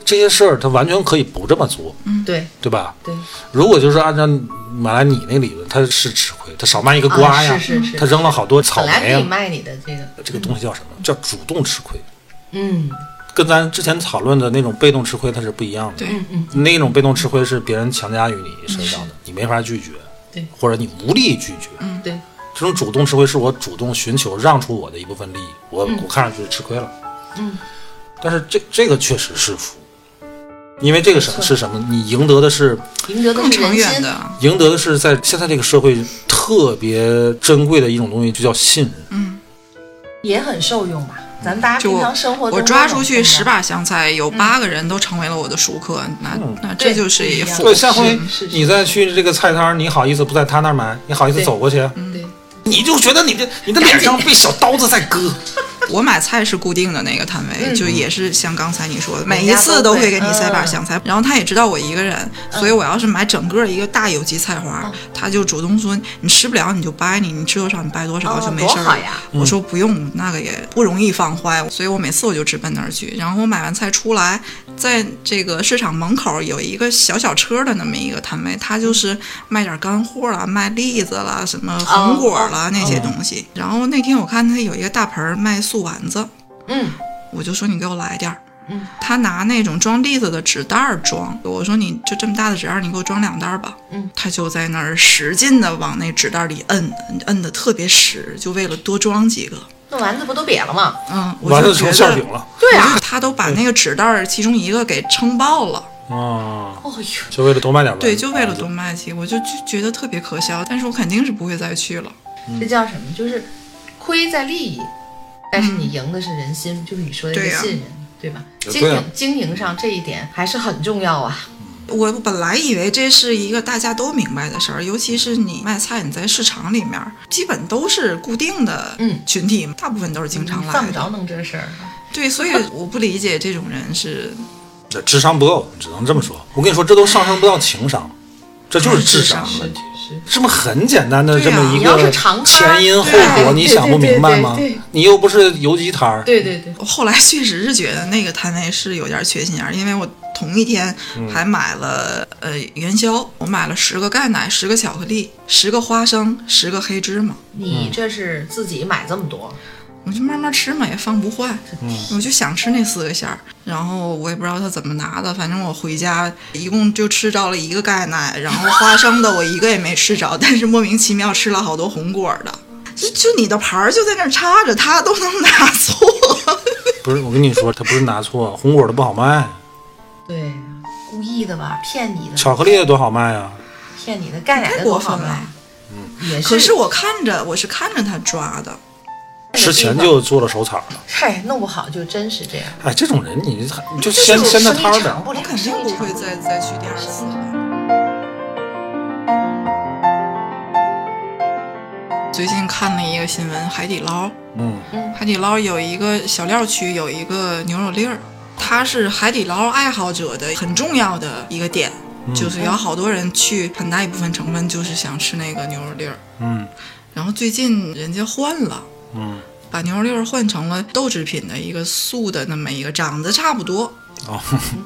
Speaker 1: 这些事儿他完全可以不这么做，
Speaker 2: 对
Speaker 1: 对吧？
Speaker 2: 对，
Speaker 1: 如果就是按照马来你那理论，他是吃亏，他少卖一个瓜呀，
Speaker 2: 啊是是是
Speaker 1: 他扔了好多草
Speaker 2: 本来
Speaker 1: 莓
Speaker 2: 可以
Speaker 1: 呀，
Speaker 2: 卖你的这个，
Speaker 1: 这个东西叫什么？叫主动吃亏，
Speaker 2: 嗯
Speaker 1: 跟咱之前讨论的那种被动吃亏它是不一样的。
Speaker 3: 对
Speaker 2: 嗯嗯，
Speaker 1: 那种被动吃亏是别人强加于你身上的，你没法拒绝，
Speaker 2: 对
Speaker 1: 或者你无力拒绝。
Speaker 2: 对，
Speaker 1: 这种主动吃亏是我主动寻求让出我的一部分利益，我、我看上去是吃亏了。
Speaker 2: 嗯，
Speaker 1: 但是这这个确实是福，因为这个什是什么？你赢得的是
Speaker 2: 赢得的
Speaker 3: 更
Speaker 2: 是
Speaker 3: 长
Speaker 2: 人
Speaker 3: 远
Speaker 2: 心，啊
Speaker 3: 的，
Speaker 1: 赢得的是在现在这个社会特别珍贵的一种东西，就叫信任。
Speaker 3: 嗯，
Speaker 2: 也很受用吧。咱们大家
Speaker 3: 就
Speaker 2: 平常生活中
Speaker 3: 我抓出去十
Speaker 2: 把，
Speaker 3: 把香菜，有八个人都成为了我的熟客，那那这就是
Speaker 2: 嗯对
Speaker 3: 一
Speaker 2: 不一样
Speaker 3: 副
Speaker 1: 对，下回
Speaker 2: 是是
Speaker 1: 你再去这个菜摊儿，你好意思不在他那儿买，你好意思
Speaker 2: 对
Speaker 1: 走过去，啊
Speaker 2: 对，
Speaker 1: 你就觉得你这你的脸上被小刀子在割。
Speaker 3: 我买菜是固定的那个摊
Speaker 2: 嗯
Speaker 3: 位，就也是像刚才你说的，每一次都会给你塞把香菜。然后他也知道我一个人，所以
Speaker 2: 嗯
Speaker 3: 我要是买整个一个大有机菜花，他就主动说你吃不了你就掰你，你吃多少你掰多少
Speaker 2: 哦
Speaker 3: 就没事
Speaker 2: 多
Speaker 3: 儿
Speaker 2: 好
Speaker 3: 了
Speaker 2: 呀。
Speaker 1: 嗯
Speaker 3: 我说不用，那个也不容易放坏，所以我每次我就直奔那儿去。然后我买完菜出来，在这个市场门口有一个小小车的那么一个摊位，他就是卖点干货啦，卖栗子啦，什么
Speaker 2: 哦
Speaker 3: 红果啦那些东西。然后那天我看他有一个大盆儿卖素丸子。
Speaker 2: 嗯
Speaker 3: 我就说你给我来点儿。
Speaker 2: 嗯，
Speaker 3: 他拿那种装栗子的纸袋儿装，我说你就这么大的纸袋儿，你给我装两袋儿吧。
Speaker 2: 嗯，
Speaker 3: 他就在那儿使劲的往那纸袋儿里摁，摁的特别实，就为了多装几个。
Speaker 2: 那丸子不都瘪了吗？
Speaker 3: 嗯，我
Speaker 1: 完
Speaker 3: 就
Speaker 1: 了
Speaker 3: 觉
Speaker 1: 成
Speaker 3: 得
Speaker 1: 馅儿饼嗯了。
Speaker 2: 对
Speaker 3: 我
Speaker 2: 啊
Speaker 3: 就，他都把那个纸袋儿其中一个给撑爆了，
Speaker 1: 啊，
Speaker 2: 哦哟，
Speaker 1: 就为了多卖点儿吧。
Speaker 3: 对，就为了多卖几，我就就觉得特别可笑，但是我肯定是不会再去了。
Speaker 1: 嗯
Speaker 2: 这叫什么？就是亏在利益，但是你赢的是人心，就是你说的这
Speaker 3: 嗯对
Speaker 2: 个
Speaker 3: 呀
Speaker 2: 信任，对吧？
Speaker 1: 对
Speaker 2: 经
Speaker 1: 呀
Speaker 2: 营经营上这一点还是很重要啊。
Speaker 3: 我本来以为这是一个大家都明白的事儿，尤其是你卖菜，你在市场里面基本都是固定的
Speaker 2: 嗯
Speaker 3: 群体，大部分都是经常
Speaker 2: 犯
Speaker 3: 来
Speaker 2: 不
Speaker 3: 的。
Speaker 2: 着弄这事儿。啊
Speaker 3: 对，所以我不理解这种人是，
Speaker 1: 这智商不够，只能这么说。我跟你说，这都上升不到情商，这就是智商
Speaker 3: 是
Speaker 1: 的问题。
Speaker 2: 是，
Speaker 1: 这么很简单的
Speaker 3: 对
Speaker 1: 这
Speaker 3: 呀
Speaker 1: 么一
Speaker 2: 啊你要
Speaker 1: 个
Speaker 2: 是常规
Speaker 1: 前因后果，
Speaker 2: 对
Speaker 1: 你想不明白吗
Speaker 2: 对对对对对？
Speaker 1: 你又不是游击摊儿，
Speaker 2: 对对对，
Speaker 3: 我后来确实是觉得那个摊位是有点缺心眼儿，因为我同一天还买了、呃元宵，我买了十个钙奶，十个巧克力，十个花生，十个黑芝麻，
Speaker 1: 嗯
Speaker 2: 你这是自己买这么多，
Speaker 3: 我就慢慢吃嘛，也放不坏，我就想吃那四个馅儿，然后我也不知道他怎么拿的，反正我回家一共就吃着了一个钙奶，然后花生的我一个也没吃着，但是莫名其妙吃了好多红果儿的，就就你的盘儿就在那儿插着，他都能拿错。
Speaker 1: 不是我跟你说，他不是拿错，红果儿都不好卖，
Speaker 2: 对，啊故意的吧，骗你的，
Speaker 1: 巧克力也多好卖啊。
Speaker 2: 骗你的，钙奶的
Speaker 3: 太
Speaker 2: 多
Speaker 3: 过
Speaker 2: 好
Speaker 3: 分了
Speaker 2: 卖。嗯，也
Speaker 3: 可
Speaker 2: 是
Speaker 3: 是我看着，我是看着他抓的，
Speaker 1: 之前就做了手草了，
Speaker 2: 嗨，弄不好就真是这样。
Speaker 1: 哎，这种人你你就
Speaker 2: 这
Speaker 1: 掀
Speaker 2: 就是
Speaker 1: 掀他
Speaker 2: 生意
Speaker 1: 摊儿
Speaker 2: 长
Speaker 1: 呗。
Speaker 2: 不了
Speaker 3: 我肯定不会再再去第二次了。最近看了一个新闻，海底捞，
Speaker 1: 嗯，
Speaker 3: 海底捞有一个小料区有一个牛肉粒儿，它是海底捞爱好者的很重要的一个点，就是有好多人去，很大一部分成分就是想吃那个牛肉粒儿。
Speaker 1: 嗯
Speaker 3: 然后最近人家换了。
Speaker 1: 嗯
Speaker 3: 把牛肉粒儿换成了豆制品的一个素的那么一个，长得差不多，
Speaker 1: 哦，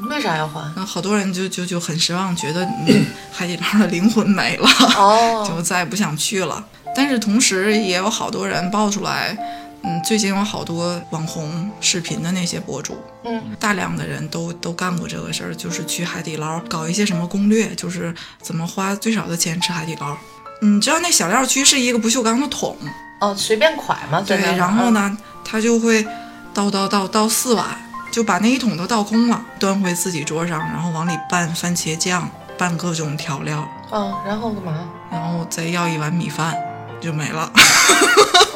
Speaker 2: 为啥要还？
Speaker 3: 那好多人就就就很失望，觉得嗯海底捞的灵魂没了，
Speaker 2: 哦，
Speaker 3: 就再也不想去了。但是同时也有好多人爆出来，嗯，最近有好多网红视频的那些博主，
Speaker 2: 嗯，
Speaker 3: 大量的人都都干过这个事儿，就是去海底捞搞一些什么攻略，就是怎么花最少的钱吃海底捞。嗯你知道那小料区是一个不锈钢的桶，
Speaker 2: 哦，随便蒯嘛，
Speaker 3: 对
Speaker 2: 在那，儿
Speaker 3: 然后？呢，他就会倒倒倒倒四碗，就把那一桶都倒空了，端回自己桌上，然后往里拌番茄酱，拌各种调料，
Speaker 2: 嗯，嗯然后干 嘛？
Speaker 3: 然后再要一碗米饭，就没了。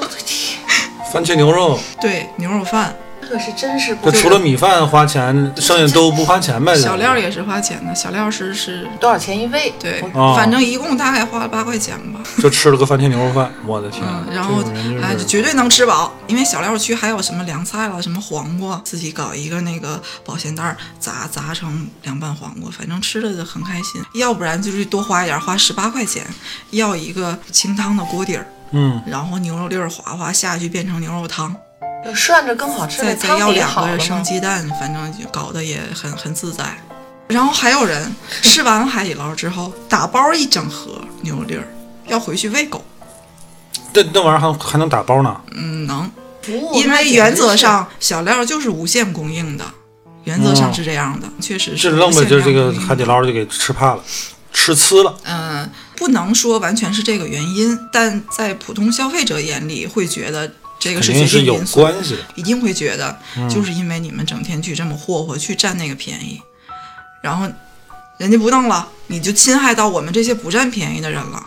Speaker 2: 我的天，
Speaker 1: 番茄牛肉，
Speaker 3: 对，牛肉饭，
Speaker 2: 这个是真是不
Speaker 1: 就除了米饭花钱，剩下都不花钱呗。
Speaker 3: 小料也是花钱的，小料是是，
Speaker 2: 多少钱一位？
Speaker 3: 对，
Speaker 2: 我
Speaker 1: 哦
Speaker 3: 反正一共大概花了八块钱吧。
Speaker 1: 就吃了个番茄牛肉饭，我的天！
Speaker 2: 啊
Speaker 3: 嗯，然后
Speaker 1: 这种人
Speaker 3: 哎，
Speaker 1: 就是
Speaker 3: 绝对能吃饱，因为小料区还有什么凉菜了，什么黄瓜，自己搞一个那个保鲜袋儿砸砸成凉拌黄瓜，反正吃的就很开心。要不然就是多花一点儿，花十八块钱，要一个清汤的锅底儿，
Speaker 1: 嗯，
Speaker 3: 然后牛肉粒儿哗哗下去变成牛肉汤，
Speaker 2: 就涮着更好吃，那
Speaker 3: 再再
Speaker 2: 汤
Speaker 3: 要
Speaker 2: 底
Speaker 3: 两
Speaker 2: 好了
Speaker 3: 个生
Speaker 2: 吗？
Speaker 3: 鸡蛋，反正就搞得也很很自在。然后还有 人吃完海底捞之后打包一整盒牛肉粒儿，要回去喂狗。
Speaker 1: 这那玩意儿还还能打包呢。
Speaker 3: 嗯，能。
Speaker 2: 服务
Speaker 3: 因
Speaker 2: 那
Speaker 3: 为
Speaker 2: 简
Speaker 3: 原
Speaker 2: 直
Speaker 3: 则
Speaker 2: 是
Speaker 3: 上小料就是无限供应的，原则上是这样的，确实
Speaker 1: 这
Speaker 3: 是
Speaker 1: 嗯愣
Speaker 3: 无
Speaker 1: 把
Speaker 3: 限
Speaker 1: 这这个
Speaker 3: 量供应
Speaker 1: 海底。捞就给吃怕了，吃呲了。
Speaker 3: 嗯、不能说完全是这个原因，但在普通消费者眼里会觉得这个
Speaker 1: 肯
Speaker 3: 是
Speaker 1: 定
Speaker 3: 决
Speaker 1: 是
Speaker 3: 定
Speaker 1: 有
Speaker 3: 因素，
Speaker 1: 关嗯系的。
Speaker 3: 一定会觉得就是因为你们整天去这么霍霍，去占那个便宜，然后人家不弄了，你就侵害到我们这些不占便宜的人了，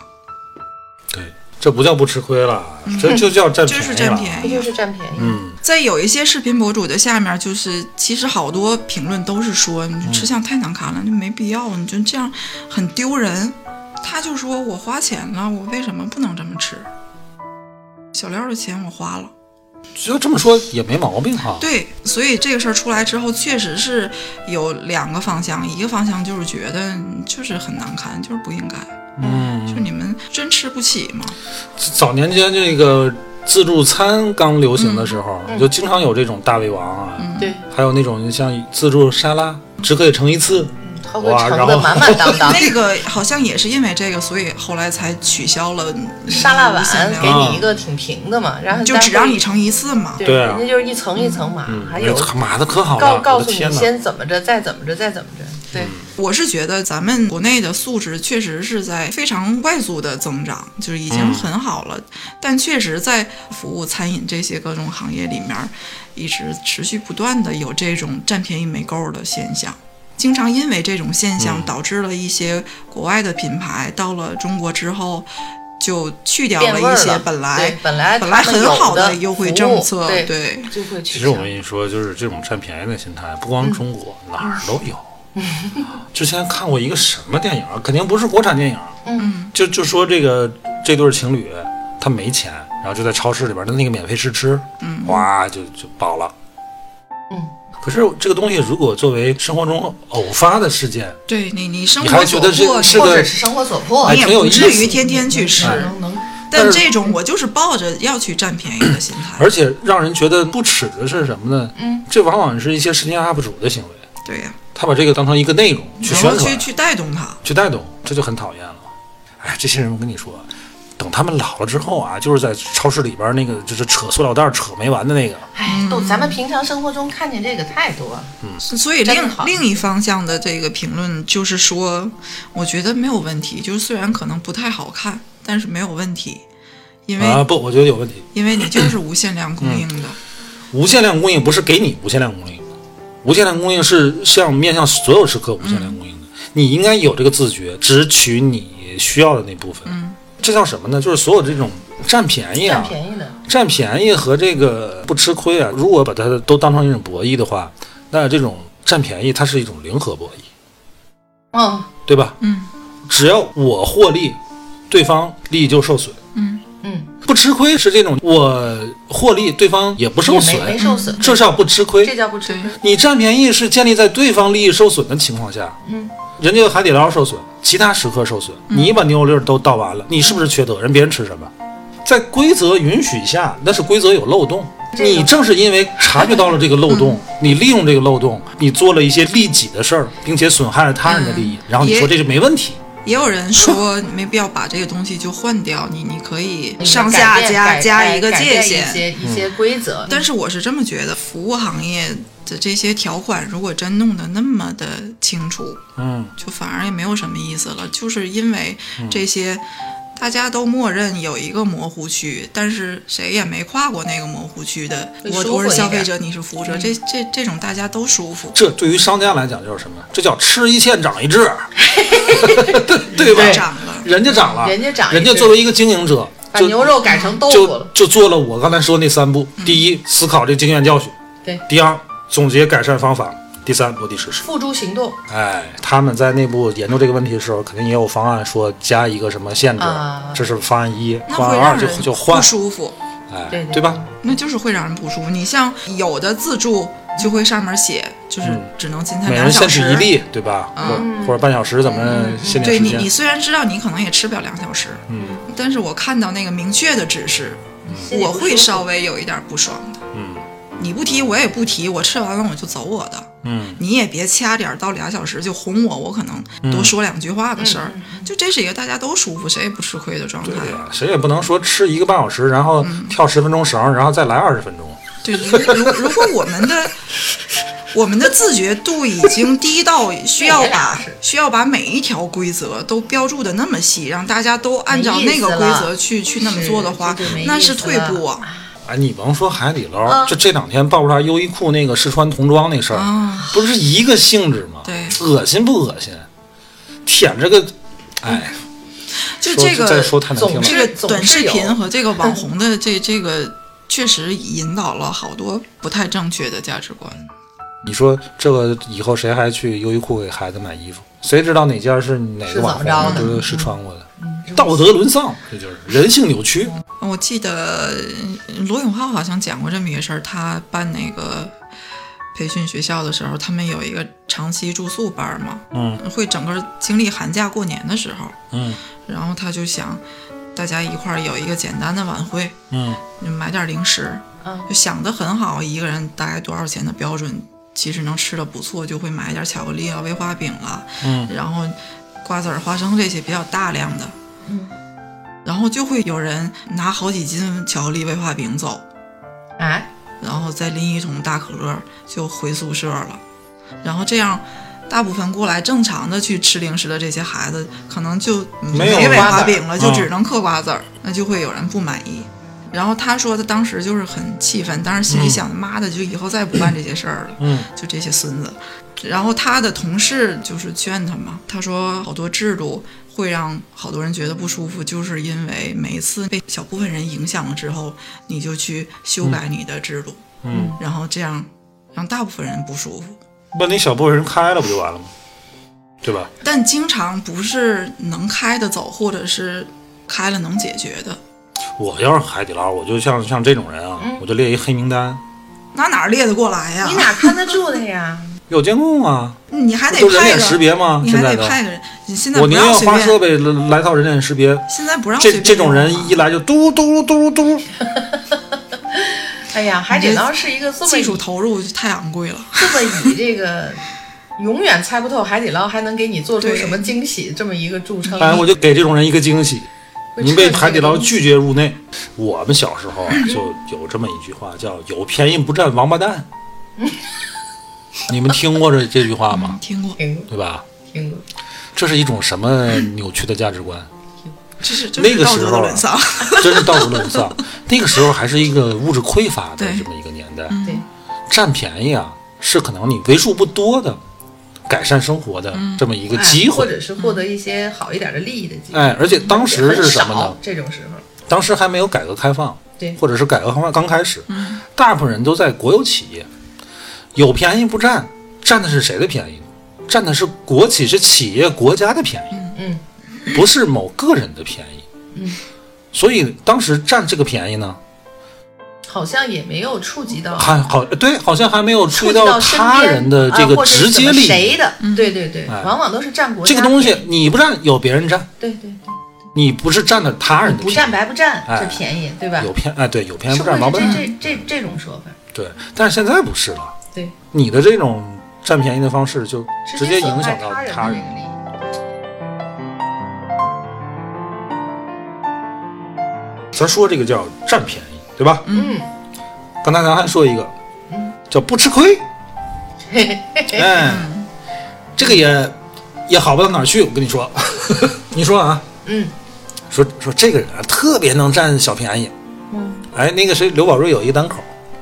Speaker 1: 对，这不叫不吃亏了，这就叫占
Speaker 3: 嗯就是占
Speaker 1: 了。
Speaker 3: 便
Speaker 2: 这
Speaker 3: 宜啊
Speaker 2: 就。是占便宜。
Speaker 1: 嗯，
Speaker 3: 在有一些视频博主的下面，就是其实好多评论都是说，你这吃相太难看了，就没必要，你就这样很丢人。他就说我花钱了，我为什么不能这么吃？小料的钱我花了，
Speaker 1: 就这么说也没毛病哈。
Speaker 3: 对，所以这个事儿出来之后，确实是有两个方向，一个方向就是觉得就是很难看，就是不应该，
Speaker 1: 嗯，
Speaker 3: 就你们真吃不起吗？
Speaker 1: 早年间这个自助餐刚流
Speaker 3: 嗯
Speaker 1: 行的时候，就经常有这种大胃王啊，
Speaker 2: 对，
Speaker 1: 还有那种像自助沙拉，只可以盛一次。
Speaker 2: 他会
Speaker 1: 哇
Speaker 2: 盛
Speaker 1: 然
Speaker 2: 的
Speaker 1: 后
Speaker 2: 满满当当，
Speaker 3: 那个好像也是因为这个，所以后来才取消了
Speaker 2: 沙拉碗
Speaker 3: 无限量
Speaker 2: 给你一个挺平的嘛，然后
Speaker 3: 就
Speaker 2: 大家
Speaker 3: 只让
Speaker 2: 会
Speaker 3: 你盛一次嘛。
Speaker 2: 对，
Speaker 1: 对啊
Speaker 2: 人家就是一层一层码，还有
Speaker 1: 哎码的可好
Speaker 2: 告
Speaker 1: 了，
Speaker 2: 告
Speaker 1: 我
Speaker 2: 诉
Speaker 1: 的天
Speaker 2: 你
Speaker 1: 哪！嗯
Speaker 2: 先怎么着，再怎么着，再怎么着，对，
Speaker 3: 我是觉得咱们国内的素质确实是在非常快速的增长，就是已
Speaker 1: 嗯
Speaker 3: 经很好了，但确实在服务、餐饮这些各种行业里面，一直持续不断的有这种占便宜没够的现象。经常因为这种
Speaker 1: 嗯
Speaker 3: 现象，导致了一些国外的品牌到了中国之后，就去掉
Speaker 2: 变味
Speaker 3: 一
Speaker 2: 儿
Speaker 3: 些
Speaker 2: 了。
Speaker 3: 本
Speaker 2: 对
Speaker 3: 来
Speaker 2: 本来
Speaker 3: 本来
Speaker 2: 他们
Speaker 3: 很
Speaker 2: 有
Speaker 3: 好
Speaker 2: 的
Speaker 3: 优惠
Speaker 2: 服务
Speaker 3: 政策，
Speaker 2: 对，
Speaker 3: 对
Speaker 2: 就会
Speaker 1: 其
Speaker 2: 取
Speaker 1: 实我
Speaker 2: 消
Speaker 1: 跟你说，就是这种占便宜的心态，不
Speaker 3: 嗯
Speaker 1: 光中国，哪儿都有。啊之前看过一个什么电影，啊肯定不是国产电影，啊
Speaker 3: 嗯，
Speaker 1: 就就说这个这对情侣，他没钱，然后就在超市里边的那个免费试吃，
Speaker 3: 嗯
Speaker 1: 哇，就就饱了。
Speaker 2: 嗯，
Speaker 1: 可是这个东西如果作为生活中偶发的事件，
Speaker 3: 对你你生
Speaker 1: 你还
Speaker 3: 活
Speaker 1: 觉
Speaker 3: 所
Speaker 1: 得这
Speaker 3: 迫，
Speaker 1: 是
Speaker 2: 或
Speaker 1: 个
Speaker 2: 者是生活所迫
Speaker 1: 哎，
Speaker 2: 哎
Speaker 3: 你也
Speaker 1: 挺有
Speaker 3: 不
Speaker 1: 意
Speaker 3: 至
Speaker 1: 思嗯
Speaker 3: 于天天去吃。
Speaker 2: 能能
Speaker 3: 但
Speaker 1: 但是
Speaker 3: 这种我就是抱着要去占便宜的心态。
Speaker 1: 而且让人觉得不耻的是什么呢？嗯，这往往是一些视频 UP 主的行为，
Speaker 3: 对呀、
Speaker 1: 他把这个当成一个内容去
Speaker 3: 然
Speaker 1: 宣
Speaker 3: 后
Speaker 1: 传
Speaker 3: 去、去带动它。
Speaker 1: 去带动，这就很讨厌了。哎，这些人我跟你说，等他们老了之后啊，就是在超市里边那个就是扯塑料袋儿扯没完的那个，
Speaker 2: 哎，都
Speaker 3: 嗯
Speaker 2: 咱们平常生活中看见这个太多了，
Speaker 3: 所以
Speaker 2: 真
Speaker 3: 另
Speaker 2: 好
Speaker 3: 另一方向的这个评论就是说，我觉得没有问题，就是虽然可能不太好看，但是没有问题，因为、
Speaker 2: 嗯
Speaker 1: 啊，嗯不，我觉得有问题。
Speaker 3: 因为你就是无限量供应的。
Speaker 1: 无限量供应不是给你无限量供应，无限量供应是向面向所有食客无限量
Speaker 2: 嗯
Speaker 1: 供应的。你应该有这个自觉，只取你需要的那部分。这叫什么呢？就是所有这种占便宜
Speaker 2: 嗯占
Speaker 1: 啊，
Speaker 2: 便宜的
Speaker 1: 占便宜和这个不吃亏啊，如果把它都当成一种博弈的话，那这种占便宜它是一种零和博弈，
Speaker 2: 嗯
Speaker 1: 对吧？
Speaker 3: 嗯，
Speaker 1: 只要我获利，对方利益就受损。
Speaker 2: 嗯，
Speaker 1: 不吃亏是这种我获利，对方也不受
Speaker 2: 也没
Speaker 1: 损，
Speaker 2: 没受
Speaker 3: 嗯
Speaker 2: 损，
Speaker 1: 这叫不吃亏。
Speaker 2: 这叫不吃亏，
Speaker 1: 你占便宜是建立在对方利益受损的情况下，
Speaker 2: 嗯，
Speaker 1: 人家海底捞受损，其他食客受损，你把牛肉粒儿都倒完了，你是不是缺德？人别人吃什么？在规则允许下，那是规则有漏洞，
Speaker 2: 这个嗯
Speaker 1: 你正是因为察觉到了这个漏洞，你利用这个漏洞，你做了一些利己的事儿，并且损害了他人的利益，
Speaker 2: 嗯
Speaker 1: 然后你
Speaker 3: 也
Speaker 1: 说这是没问题，
Speaker 3: 也有人说你没必要把这个东西就换掉，你你可以
Speaker 2: 你
Speaker 3: 上
Speaker 2: 改
Speaker 3: 下
Speaker 2: 变
Speaker 3: 加
Speaker 2: 改
Speaker 3: 加
Speaker 2: 改
Speaker 3: 一个
Speaker 2: 改
Speaker 3: 界
Speaker 2: 变
Speaker 3: 限
Speaker 2: 一。
Speaker 1: 嗯
Speaker 2: 些一些规则。
Speaker 3: 但是我是这么觉得，服务行业的这些条款如果真弄得那么的清楚，
Speaker 1: 嗯，
Speaker 3: 就反而也没有什么意思了。就是因为这些，大家都默认有一个模糊区，但是谁也没跨过那个模糊区的。
Speaker 2: 会
Speaker 3: 我
Speaker 2: 舒
Speaker 3: 我是
Speaker 2: 服一
Speaker 3: 消
Speaker 2: 点
Speaker 3: 费
Speaker 2: 嗯
Speaker 3: 者，你是服务者，这这这种大家都舒服。
Speaker 1: 这对于商家来讲就是什么？这叫吃一堑长一智，对吧？
Speaker 3: 涨了，
Speaker 1: 人家涨了，
Speaker 2: 人家涨一智
Speaker 1: 人家作为一个经营者，
Speaker 2: 把
Speaker 1: 就
Speaker 2: 牛肉改成豆腐
Speaker 1: 就
Speaker 2: 了，嗯
Speaker 1: 就做了我刚才说那三步：第一，思考这经验教训；
Speaker 2: 对
Speaker 1: 第二，总结改善方法；第三，落地实施。
Speaker 2: 付诸行动
Speaker 1: 哎，他们在内部研究这个问题的时候，肯定也有方案说加一个什么限制，
Speaker 2: 啊
Speaker 1: 这是方案一，
Speaker 3: 那
Speaker 1: 方
Speaker 3: 会
Speaker 1: 案
Speaker 3: 让
Speaker 1: 二就
Speaker 3: 人
Speaker 1: 就
Speaker 3: 不
Speaker 1: 换，
Speaker 3: 舒服。
Speaker 1: 哎，
Speaker 2: 对对
Speaker 1: 吧？
Speaker 3: 那就是会让人不舒服。你像有的自助就会上面写，就是只能进餐
Speaker 1: 嗯每
Speaker 3: 两
Speaker 1: 人限
Speaker 3: 小时。
Speaker 1: 制一粒，对吧？或者
Speaker 2: 嗯
Speaker 1: 或者半小时，怎么限定
Speaker 3: 对
Speaker 1: 时
Speaker 3: 你，
Speaker 1: 间
Speaker 3: 你？虽然知道你可能也吃不了两小时，
Speaker 1: 嗯，
Speaker 3: 但是我看到那个明确的指示，
Speaker 2: 心里
Speaker 3: 我
Speaker 2: 不舒服
Speaker 3: 会稍微有一点不爽的。
Speaker 1: 嗯，
Speaker 3: 你不提我也不提，我吃完了我就走我的。
Speaker 1: 嗯，
Speaker 3: 你也别掐点儿到俩小时就哄我，我可能多说两句
Speaker 2: 嗯
Speaker 3: 话的事儿，就这是一个大家都舒服，谁也不吃亏的状态
Speaker 1: 对。啊呀、谁也不能说吃一个半小时，然后跳十分钟绳，然后再来二十分钟。
Speaker 3: 对，如如如果我们的我们的自觉度已经低到需要把需要把每一条规则都标注的那么细，让大家都按照那个规则去去那么做的话
Speaker 2: 是这就没，意思
Speaker 3: 那是退步啊。
Speaker 1: 哎，你甭说海底捞，
Speaker 2: 嗯
Speaker 1: 就这两天爆出来优衣库那个试穿童装那事儿，
Speaker 3: 啊
Speaker 1: 不是一个性质吗？
Speaker 3: 对
Speaker 1: 恶心不恶心？舔这个，哎，
Speaker 3: 就
Speaker 1: 说
Speaker 3: 这
Speaker 1: 再
Speaker 3: 个
Speaker 1: 说太难听
Speaker 2: 总
Speaker 1: 了
Speaker 2: 之。
Speaker 3: 这个
Speaker 2: 总
Speaker 3: 短
Speaker 2: 是
Speaker 3: 视
Speaker 2: 有嗯
Speaker 3: 频和这个网红的这这个，确实引导了好多不太正确的价值观。
Speaker 1: 你说这个以后谁还去优衣库给孩子买衣服？谁知道哪家是哪个网
Speaker 2: 是怎么
Speaker 1: 红
Speaker 2: 着的
Speaker 1: 就是试穿过的？道德沦丧，这就是人性扭曲。
Speaker 3: 我记得嗯罗永浩好像讲过这么一个事儿，他办那个培训学校的时候，他们有一个长期住宿班儿嘛，
Speaker 1: 嗯
Speaker 3: 会整个经历寒假过年的时候，
Speaker 1: 嗯
Speaker 3: 然后他就想大家一块儿有一个简单的晚会，
Speaker 1: 嗯，
Speaker 3: 你买点零食，
Speaker 2: 嗯
Speaker 3: 就想得很好，一个人大概多少钱的标准，其实能吃的不错，就会买一点巧克力啊、威化饼啊，
Speaker 1: 嗯，
Speaker 3: 然后瓜子儿、花生这些比较大量的，
Speaker 2: 嗯，
Speaker 3: 然后就会有人拿好几斤巧克力、威化饼走，
Speaker 2: 啊，
Speaker 3: 然后再拎一桶大可乐就回宿舍了。然后这样，大部分过来正常的去吃零食的这些孩子，可能就
Speaker 1: 没有
Speaker 3: 没尾
Speaker 1: 瓜
Speaker 3: 巴
Speaker 1: 子儿
Speaker 3: 饼了，就
Speaker 1: 嗯
Speaker 3: 只能嗑瓜子儿，那就会有人不满意。然后他说他当时就是很气愤，当时心里想：妈的，就以后再也不干这些事儿了。
Speaker 1: 嗯，
Speaker 3: 就这些孙子。然后他的同事就是劝他嘛，他说好多制度会让好多人觉得不舒服，就是因为每一次被小部分人影响了之后，你就去修改你的制度，
Speaker 1: 嗯，
Speaker 3: 然后这样让大部分人不舒服。
Speaker 1: 把那小部分人开了不就完了吗？对吧？
Speaker 3: 但经常不是能开的走，或者是开了能解决的，
Speaker 1: 我要是海底捞，我就像像这种人啊，
Speaker 3: 嗯
Speaker 1: 我就列一黑名单，
Speaker 3: 那哪儿列得过来呀？
Speaker 2: 你哪看得住他呀？
Speaker 1: 有监控啊，
Speaker 3: 你还得
Speaker 1: 都人
Speaker 3: 派
Speaker 1: 脸
Speaker 3: 个
Speaker 1: 识别吗？
Speaker 3: 你
Speaker 1: 现
Speaker 3: 还
Speaker 1: 在
Speaker 3: 得
Speaker 1: 都，
Speaker 3: 派个人，你现在
Speaker 1: 我
Speaker 3: 不
Speaker 1: 宁
Speaker 3: 让
Speaker 1: 愿
Speaker 3: 随
Speaker 1: 花设
Speaker 3: 便，
Speaker 1: 备来套人脸识别，
Speaker 3: 现在不让随
Speaker 1: 这
Speaker 3: 便
Speaker 1: 这种人
Speaker 3: 用啊
Speaker 1: 一来就嘟嘟嘟嘟，
Speaker 2: 哎呀，海底捞是一个这么
Speaker 3: 技术
Speaker 2: 以
Speaker 3: 投入就太昂贵了。
Speaker 2: 这么以这个永远猜不透海底捞还能给你做出
Speaker 3: 对
Speaker 2: 什么惊喜这么一个著
Speaker 3: 嗯
Speaker 2: 称。
Speaker 1: 哎，我就给这种人一个惊喜。
Speaker 2: 会
Speaker 1: 您被
Speaker 2: 彻底
Speaker 1: 海底捞拒绝入内。我们小时候啊，就 有这么一句话，叫“有便宜不占王八蛋”。你们听过这这句话吗？
Speaker 3: 听过，
Speaker 2: 听过
Speaker 1: 对吧？
Speaker 2: 听过，
Speaker 1: 这是一种什么扭曲的价值观？
Speaker 3: 就是就
Speaker 1: 那
Speaker 3: 是
Speaker 1: 个
Speaker 3: 道
Speaker 1: 时
Speaker 3: 德
Speaker 1: 候
Speaker 3: 的
Speaker 1: 啊
Speaker 3: 沦丧。
Speaker 1: 真是道德沦 丧。那个时候还是一个物质匮乏的
Speaker 3: 对
Speaker 1: 这么一个年代，
Speaker 2: 对，
Speaker 1: 占便宜啊，是可能你为数不多的改善生活的这么一个机
Speaker 2: 哎或
Speaker 1: 会。
Speaker 2: 者是获得一些好一点的利益的机会。
Speaker 1: 哎，而且当时是
Speaker 2: 很
Speaker 1: 什么呢
Speaker 2: 少？这种时候，
Speaker 1: 当时还没有改革开放，
Speaker 2: 对
Speaker 1: 或者是改革开放刚开始，
Speaker 2: 嗯
Speaker 1: 大部分人都在国有企业，有便宜不占，占的是谁的便宜呢？占的是国企、是企业、国家的便宜，
Speaker 2: 嗯
Speaker 1: 不是某个人的便宜。
Speaker 2: 嗯，
Speaker 1: 所以当时占这个便宜呢，
Speaker 2: 好像也没有触及到
Speaker 1: 还好对，好像还没有
Speaker 2: 触
Speaker 1: 注
Speaker 2: 及
Speaker 1: 意到
Speaker 2: 身
Speaker 1: 他
Speaker 2: 边
Speaker 1: 人的
Speaker 2: 啊
Speaker 1: 这个
Speaker 2: 或者是
Speaker 1: 直接
Speaker 2: 怎么
Speaker 1: 利益。
Speaker 2: 谁的？对对对，
Speaker 1: 哎
Speaker 2: 往往都是占国家
Speaker 1: 这个东西你不占，有别人占；
Speaker 2: 对对对，
Speaker 1: 你不是占了他人的
Speaker 2: 不
Speaker 1: 便
Speaker 2: 占白不占，
Speaker 1: 哎
Speaker 2: 这便宜对吧
Speaker 1: 宜，？有偏哎对，有偏
Speaker 2: 是
Speaker 1: 不
Speaker 2: 不是
Speaker 1: 占毛不
Speaker 2: 这
Speaker 1: 占，
Speaker 2: 这这这种说法？
Speaker 1: 对。但是现在不是了，
Speaker 2: 对，
Speaker 1: 你的这种占便宜的方式就直接影响到
Speaker 2: 他人的
Speaker 1: 他
Speaker 2: 那
Speaker 1: 人。
Speaker 2: 个利益。
Speaker 1: 咱说这个叫占便宜，对吧？
Speaker 2: 嗯，
Speaker 1: 刚才咱还说一个，叫不吃 亏。哎，这个也也好不到哪儿去。我跟你说， 你说啊，
Speaker 2: 嗯，
Speaker 1: 说说这个人啊，特别能占小便宜。
Speaker 2: 嗯，哎
Speaker 1: 哎，那个谁，刘宝瑞有一个单口，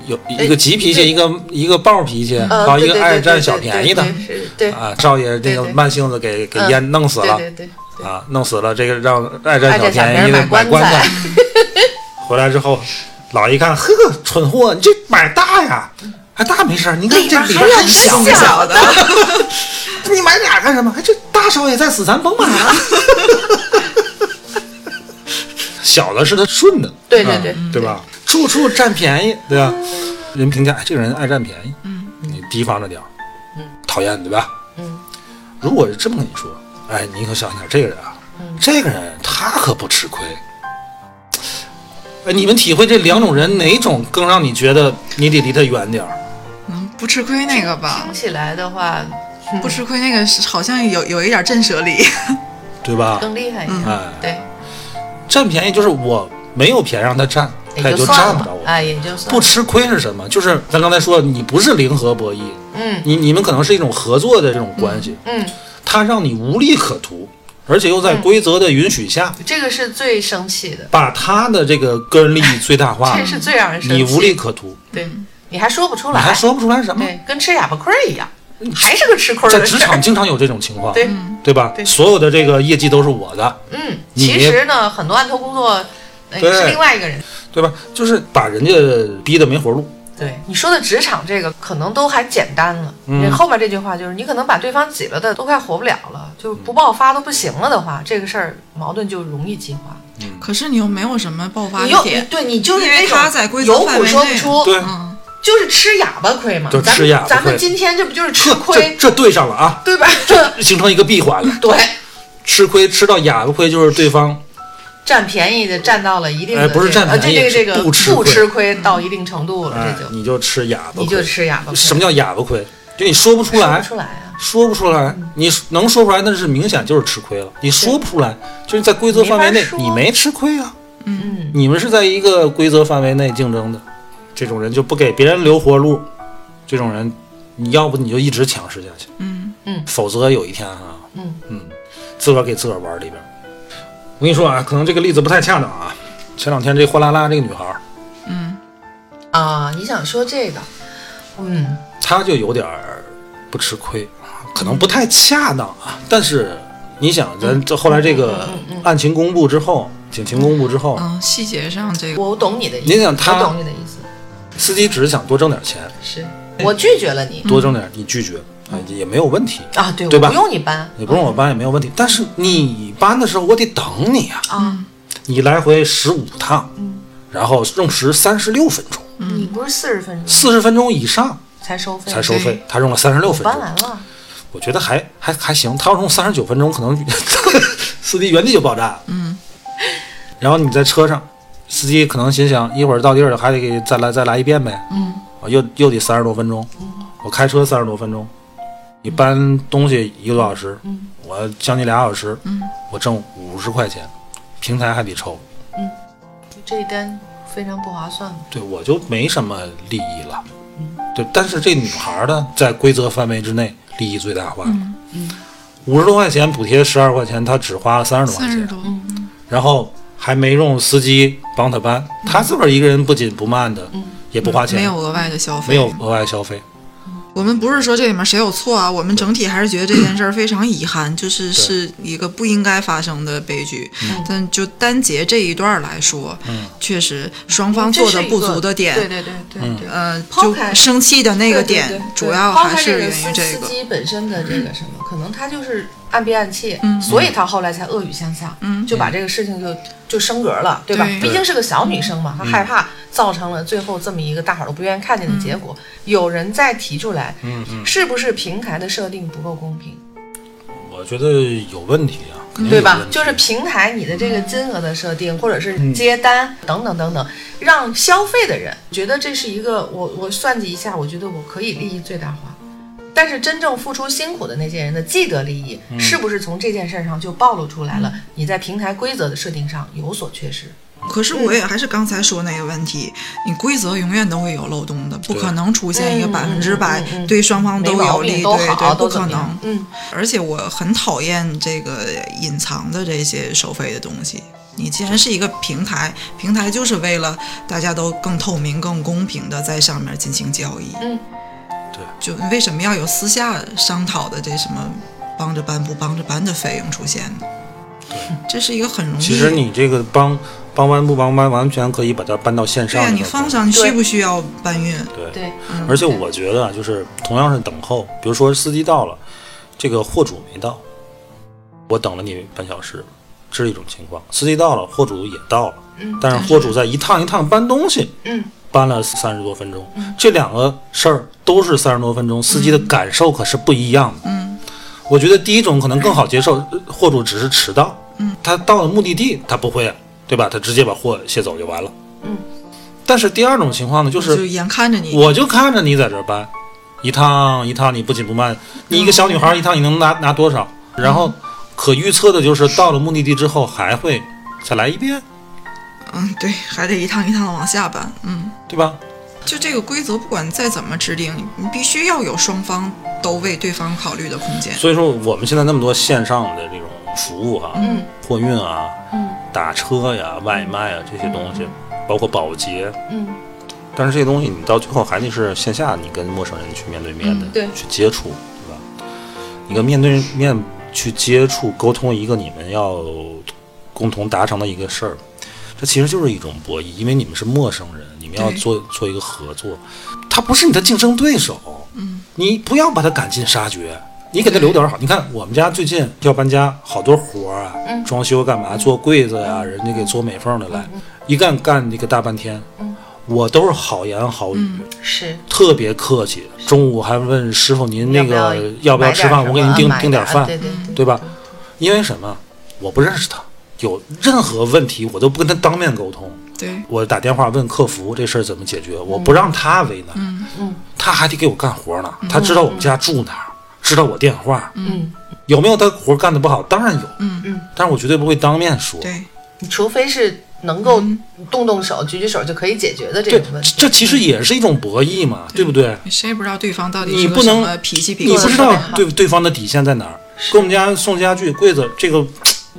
Speaker 1: 有一个急脾气，
Speaker 2: 对
Speaker 1: 一个一个暴脾气，然后
Speaker 2: 呃，
Speaker 1: 一
Speaker 2: 对
Speaker 1: 个
Speaker 2: 对
Speaker 1: 爱
Speaker 2: 对
Speaker 1: 占
Speaker 2: 对
Speaker 1: 小便宜的
Speaker 2: 对对是对
Speaker 1: 啊，少爷这个
Speaker 2: 对对
Speaker 1: 慢性子给给
Speaker 2: 嗯
Speaker 1: 淹弄死了
Speaker 2: 对对对，对
Speaker 1: 啊，弄死了这个让爱占
Speaker 2: 爱
Speaker 1: 小
Speaker 2: 占小
Speaker 1: 便宜
Speaker 2: 便宜
Speaker 1: 的
Speaker 2: 买
Speaker 1: 买
Speaker 2: 棺
Speaker 1: 棺材
Speaker 2: 材。
Speaker 1: 回来之后，老一看，呵，蠢货，你这买大呀，还大没事儿，你看这里边还有小
Speaker 3: 这么
Speaker 1: 呢，
Speaker 3: 小的，
Speaker 1: 你买俩干什么？哎，这大少爷在此，咱甭买了。 小的是他顺的，
Speaker 2: 对对对
Speaker 1: 啊对吧？处处占便宜，对吧？人评价哎这个人爱占便宜，嗯，你提防着点儿，讨厌对吧？
Speaker 2: 嗯，
Speaker 1: 如果是这么跟你说，哎，你可想想这个人啊，
Speaker 2: 嗯
Speaker 1: 这个人他可不吃亏。哎，你们体会这两种人哪种更让你觉得你得离他远点儿？
Speaker 3: 嗯不吃亏那个吧
Speaker 2: 听，起来的话
Speaker 1: 嗯
Speaker 2: 嗯
Speaker 3: 不吃亏那个是好像有有一点震慑力。
Speaker 1: 对吧？
Speaker 2: 更厉害一点，
Speaker 1: 哎，
Speaker 2: 对，
Speaker 1: 占便宜就是我没有便宜让他占，他
Speaker 2: 就
Speaker 1: 就
Speaker 2: 算了
Speaker 1: 占不
Speaker 2: 吧
Speaker 1: 着我。
Speaker 2: 哎，也就算
Speaker 1: 不
Speaker 2: 了
Speaker 1: 吃亏是什么？就是咱刚才说，你不是零和博弈，
Speaker 2: 嗯
Speaker 1: 你你们可能是一种合作的这种关系，
Speaker 2: 嗯，
Speaker 1: 它让你无利可图，而且又在规则的允许下，
Speaker 2: 这个是最生气的，
Speaker 1: 把他的这个个人利益最大化
Speaker 2: 这，是最让人生气。
Speaker 1: 啊你无利，可图，
Speaker 2: 对，你还说不出
Speaker 1: 你
Speaker 2: 来，
Speaker 1: 还说不出来什么。
Speaker 2: 对，跟吃哑巴亏儿一样，还是个吃亏儿
Speaker 1: 在
Speaker 2: 的
Speaker 1: 职
Speaker 2: 事儿
Speaker 1: 场经常有这种情况，
Speaker 2: 对，
Speaker 1: 对吧？
Speaker 2: 对
Speaker 1: 所有的这个业绩都是我的，
Speaker 2: 嗯，
Speaker 1: 你
Speaker 2: 其实呢，很多案头工作，呃
Speaker 1: 对
Speaker 2: 是另外一个人。
Speaker 1: 对吧？就是把人家逼得没活路。
Speaker 2: 对你说的职场这个，可能都还简单了。
Speaker 1: 嗯
Speaker 2: 你后面这句话就是，你可能把对方挤了的都快活不了了，就是不爆发都不行了的话，这个事儿矛盾就容易激化。
Speaker 3: 可是你又没有什么爆发
Speaker 2: 你
Speaker 3: 的
Speaker 2: 又你
Speaker 3: 点，
Speaker 2: 对你就是
Speaker 3: 因为
Speaker 2: 那种
Speaker 3: 他在规则
Speaker 2: 有
Speaker 3: 范
Speaker 2: 苦
Speaker 3: 围
Speaker 2: 说不
Speaker 3: 内
Speaker 2: 出，
Speaker 1: 对，
Speaker 3: 嗯，
Speaker 2: 就是吃哑巴亏嘛。
Speaker 1: 就
Speaker 2: 咱
Speaker 1: 吃
Speaker 2: 们
Speaker 1: 哑巴
Speaker 2: 咱
Speaker 1: 亏
Speaker 2: 们今天这不就是吃
Speaker 1: 这这
Speaker 2: 亏，
Speaker 1: 这对上了啊，
Speaker 2: 对吧？
Speaker 1: 形成一个闭环了。
Speaker 2: 对，
Speaker 1: 吃亏吃到哑巴亏，就是对 方
Speaker 2: 占便宜的占到了一定的
Speaker 1: 哎
Speaker 2: 这个，
Speaker 1: 不是占
Speaker 2: 呃
Speaker 1: 便宜
Speaker 2: 这这个
Speaker 1: 是
Speaker 2: 这个
Speaker 1: 不吃亏
Speaker 2: 不吃亏到一定程度了，
Speaker 1: 哎
Speaker 2: 这，就
Speaker 1: 你就吃哑巴亏，
Speaker 2: 你就吃哑巴亏。
Speaker 1: 什么叫哑巴亏？就你说不出
Speaker 2: 说不
Speaker 1: 来，
Speaker 2: 出来啊？
Speaker 1: 说不出来，你能说出来，那是明显就是吃亏了。你说不出来，就是在规则范围内
Speaker 2: 没法，说
Speaker 1: 你没吃亏啊。
Speaker 2: 嗯，
Speaker 1: 你们是在一个规则范围内竞争的，这种人就不给别人留活路，这种人，你要不你就一直强势下去，
Speaker 3: 嗯
Speaker 2: 嗯
Speaker 1: 否则有一天啊，
Speaker 2: 嗯
Speaker 1: 自个儿给自个儿玩儿里边儿。我跟你说啊，可能这个例子不太恰当啊。前两天这货拉拉这个女孩儿，
Speaker 3: 嗯，
Speaker 2: 啊，你想说这个？嗯，
Speaker 1: 她就有点儿不吃亏，可能不太恰当啊。但是你想，咱这后来这
Speaker 2: 嗯
Speaker 1: 个案情公布之后，警情公布之后，
Speaker 3: 嗯，细节上这个，
Speaker 2: 我懂你的意思，
Speaker 1: 你想他
Speaker 2: 我懂你的意思，
Speaker 1: 司机只是想多挣点钱，
Speaker 2: 是我拒绝了你
Speaker 1: 多挣点儿，你拒绝啊也没有问题，
Speaker 2: 嗯啊，对，
Speaker 1: 嗯对吧
Speaker 2: 我不用你搬
Speaker 1: 也不用我搬也没有问题。但是你搬的时候，我得等你啊，
Speaker 2: 啊，
Speaker 1: 你来回十五趟，
Speaker 2: 嗯
Speaker 1: 然后用时三十六分钟，
Speaker 3: 嗯
Speaker 2: 你不是四十分钟
Speaker 1: 四十分钟以上
Speaker 2: 才收费吗，
Speaker 1: 才收费
Speaker 3: 对，
Speaker 1: 他用了三十六
Speaker 2: 我
Speaker 1: 分
Speaker 2: 搬
Speaker 1: 钟。
Speaker 2: 完了，
Speaker 1: 我觉得还还还行，他要用三十九分钟，可能 司机原地就爆炸了。嗯，然后你在车上，司机可能心想，一会儿到地儿了，还得给再来再来一遍呗。嗯，又又得三十多分钟，我开车三十多分钟，你搬东西一个多小时，我将近俩小时，我挣五十块钱，平台还得抽，
Speaker 2: 这一单非常不划算嘛。
Speaker 1: 对我就没什么利益了。对，但是这女孩呢，在规则范围之内，利益最大化。
Speaker 3: 嗯
Speaker 1: 嗯五十多块钱补贴十二块钱，她只花了三十多块
Speaker 3: 三十
Speaker 1: 钱，
Speaker 3: 多，
Speaker 2: 嗯
Speaker 1: 然后还没用司机帮她搬，她自个儿一个人不紧不慢的，也不花钱，
Speaker 3: 嗯没有额外的消费，
Speaker 1: 没有额外消费。
Speaker 3: 我们不是说这里面谁有错啊，我们整体还是觉得这件事儿非常遗憾，就是是一个不应该发生的悲剧。
Speaker 1: 嗯
Speaker 3: 但就单结这一段儿来说，确实双方
Speaker 2: 这
Speaker 3: 做
Speaker 2: 是
Speaker 3: 的
Speaker 2: 一
Speaker 3: 不
Speaker 2: 个
Speaker 3: 足的
Speaker 2: 对
Speaker 3: 点，
Speaker 2: 对对
Speaker 1: 嗯
Speaker 2: 对对。
Speaker 3: 呃，
Speaker 2: 抛
Speaker 3: 就
Speaker 2: 开
Speaker 3: 生气的那个
Speaker 2: 对对
Speaker 3: 点
Speaker 2: 对对，
Speaker 3: 主要
Speaker 2: 抛
Speaker 3: 还
Speaker 2: 开
Speaker 3: 是
Speaker 2: 这
Speaker 3: 源于这
Speaker 2: 司
Speaker 3: 个。嗯
Speaker 2: 机本身的这个什么，可能他就是按逼按气，所以他后来才恶语相向，
Speaker 3: 嗯
Speaker 2: 就把这个事情就就升格了，对吧？
Speaker 3: 对
Speaker 2: 毕竟是个小女生嘛，她害怕造成了最后这么一个大伙儿都不愿意看见的结
Speaker 3: 嗯
Speaker 2: 果。有人再提出来，
Speaker 1: 嗯嗯，
Speaker 2: 是不是平台的设定不够公平？
Speaker 1: 我觉得有问题啊，肯定
Speaker 2: 对
Speaker 1: 有
Speaker 2: 吧
Speaker 1: 问？题
Speaker 2: 就是平台你的这个金额的设定，或者
Speaker 1: 嗯
Speaker 2: 是接单等等等等，让消费的人觉得这是一个我我算计一下，我觉得我可以利益最大化。但是真正付出辛苦的那些人的既得利益，
Speaker 1: 嗯
Speaker 2: 是不是从这件事上就暴露出来了？你在平台规则的设定上有所缺失。
Speaker 3: 可是我也
Speaker 1: 嗯
Speaker 3: 还是刚才说那个问题，你规则永远都会有漏洞的，不可能出现一个
Speaker 2: 嗯
Speaker 3: 百分之百
Speaker 2: 嗯嗯嗯
Speaker 3: 对双方
Speaker 2: 没
Speaker 3: 都
Speaker 2: 毛
Speaker 3: 有利，
Speaker 2: 病，都
Speaker 3: 对
Speaker 2: 好，
Speaker 3: 对，不
Speaker 2: 都怎
Speaker 3: 可
Speaker 2: 么
Speaker 3: 能
Speaker 2: 样。？嗯，
Speaker 3: 而且我很讨厌这个隐藏的这些收费的东西。你既然是一个平台，平台就是为了大家都更透明、更公平的在上面进行交易。
Speaker 2: 嗯，
Speaker 1: 对。
Speaker 3: 就为什么要有私下商讨的这什么帮着搬不帮着搬的费用出现呢？这是一个很容易。
Speaker 1: 其实你这个帮帮搬不帮搬，完全可以把它搬到线
Speaker 3: 对
Speaker 1: 上
Speaker 3: 呀、
Speaker 1: 那种。
Speaker 3: 你放上你需不需要搬运？
Speaker 1: 对
Speaker 2: 对，
Speaker 1: 而且我觉得啊就是同样是等候，比如说司机到了，这个货主没到，我等了你半小时，这是一种情况；司机到了，货主也到了，但是货主在一趟一趟搬东西，
Speaker 2: 嗯，
Speaker 1: 搬了三十多分钟，这两个事儿都是三十多分钟，司机的感受可是不一样的。
Speaker 3: 嗯，
Speaker 1: 我觉得第一种可能更好接受，呃货主只是迟到，嗯，他到了目的地，他不会，对吧？他直接把货卸走就完了，
Speaker 2: 嗯。
Speaker 1: 但是第二种情况呢，就是
Speaker 3: 就眼看着你，
Speaker 1: 我就看着你在这儿搬，一趟一趟，你不紧不慢，你一个小女孩一趟你能拿拿多少？然后可预测的就是到了目的地之后还会再来一遍，
Speaker 3: 嗯，对，还得一趟一趟的往下搬，嗯。
Speaker 1: 对吧？
Speaker 3: 就这个规则，不管再怎么制定，你必须要有双方都为对方考虑的空间。
Speaker 1: 所以说我们现在那么多线上的这种服务哈、
Speaker 2: 嗯
Speaker 1: 货运啊、
Speaker 2: 嗯
Speaker 1: 打车呀、外卖啊这些东西，包括保洁，
Speaker 2: 嗯，
Speaker 1: 但是这些东西你到最后还得是线下，你跟陌生人去面对面的、
Speaker 2: 嗯对
Speaker 1: 去接触，对吧？你跟面对面去接触沟通一个你们要共同达成的一个事儿，这其实就是一种博弈，因为你们是陌生人，你们要
Speaker 3: 对
Speaker 1: 做做一个合作，他不是你的竞争对手，嗯，你不要把他赶尽杀绝。你给他留点儿好，你看我们家最近要搬家，好多活儿啊，
Speaker 2: 嗯
Speaker 1: 装修干嘛，做柜子呀、人家给做美缝的来，一干干这个大半天，
Speaker 2: 嗯
Speaker 1: 我都是好言好语，
Speaker 2: 是。
Speaker 1: 特别客气。中午还问师傅您那
Speaker 2: 要
Speaker 1: 个
Speaker 2: 不要
Speaker 1: 要不要吃饭，
Speaker 2: 买
Speaker 1: 我
Speaker 2: 点
Speaker 1: 给
Speaker 2: 什
Speaker 1: 您订
Speaker 2: 么买
Speaker 1: 订点
Speaker 2: 啊
Speaker 1: 饭，
Speaker 2: 对对对
Speaker 1: 对吧？因为什么？我不认识他，有任何问题我都不跟他当面沟通，
Speaker 3: 对，
Speaker 1: 我打电话问客服这事儿怎么解决，我不让他为难，
Speaker 2: 嗯
Speaker 1: 他还得给我干活呢，他知道我们家住哪儿，知道我电话，
Speaker 2: 嗯，
Speaker 1: 有没有他活干得不好？当然有，
Speaker 3: 嗯
Speaker 2: 嗯，
Speaker 1: 但是我绝对不会当面说，
Speaker 3: 对，
Speaker 2: 除非是能够
Speaker 3: 嗯
Speaker 2: 动动手、举举手就可以解决的这
Speaker 1: 对
Speaker 2: 种问，
Speaker 1: 这
Speaker 2: 题。
Speaker 1: 这其实也是一种博弈嘛，对不对？
Speaker 3: 谁也不知道对方到底
Speaker 1: 你
Speaker 3: 是个
Speaker 1: 不
Speaker 3: 什
Speaker 1: 能
Speaker 3: 么脾气
Speaker 1: 你
Speaker 3: 秉
Speaker 1: 不
Speaker 3: 性。
Speaker 1: 知
Speaker 2: 做
Speaker 1: 道
Speaker 2: 得特别好
Speaker 1: 对对方的底线在哪儿。给我们家送家具柜子，这个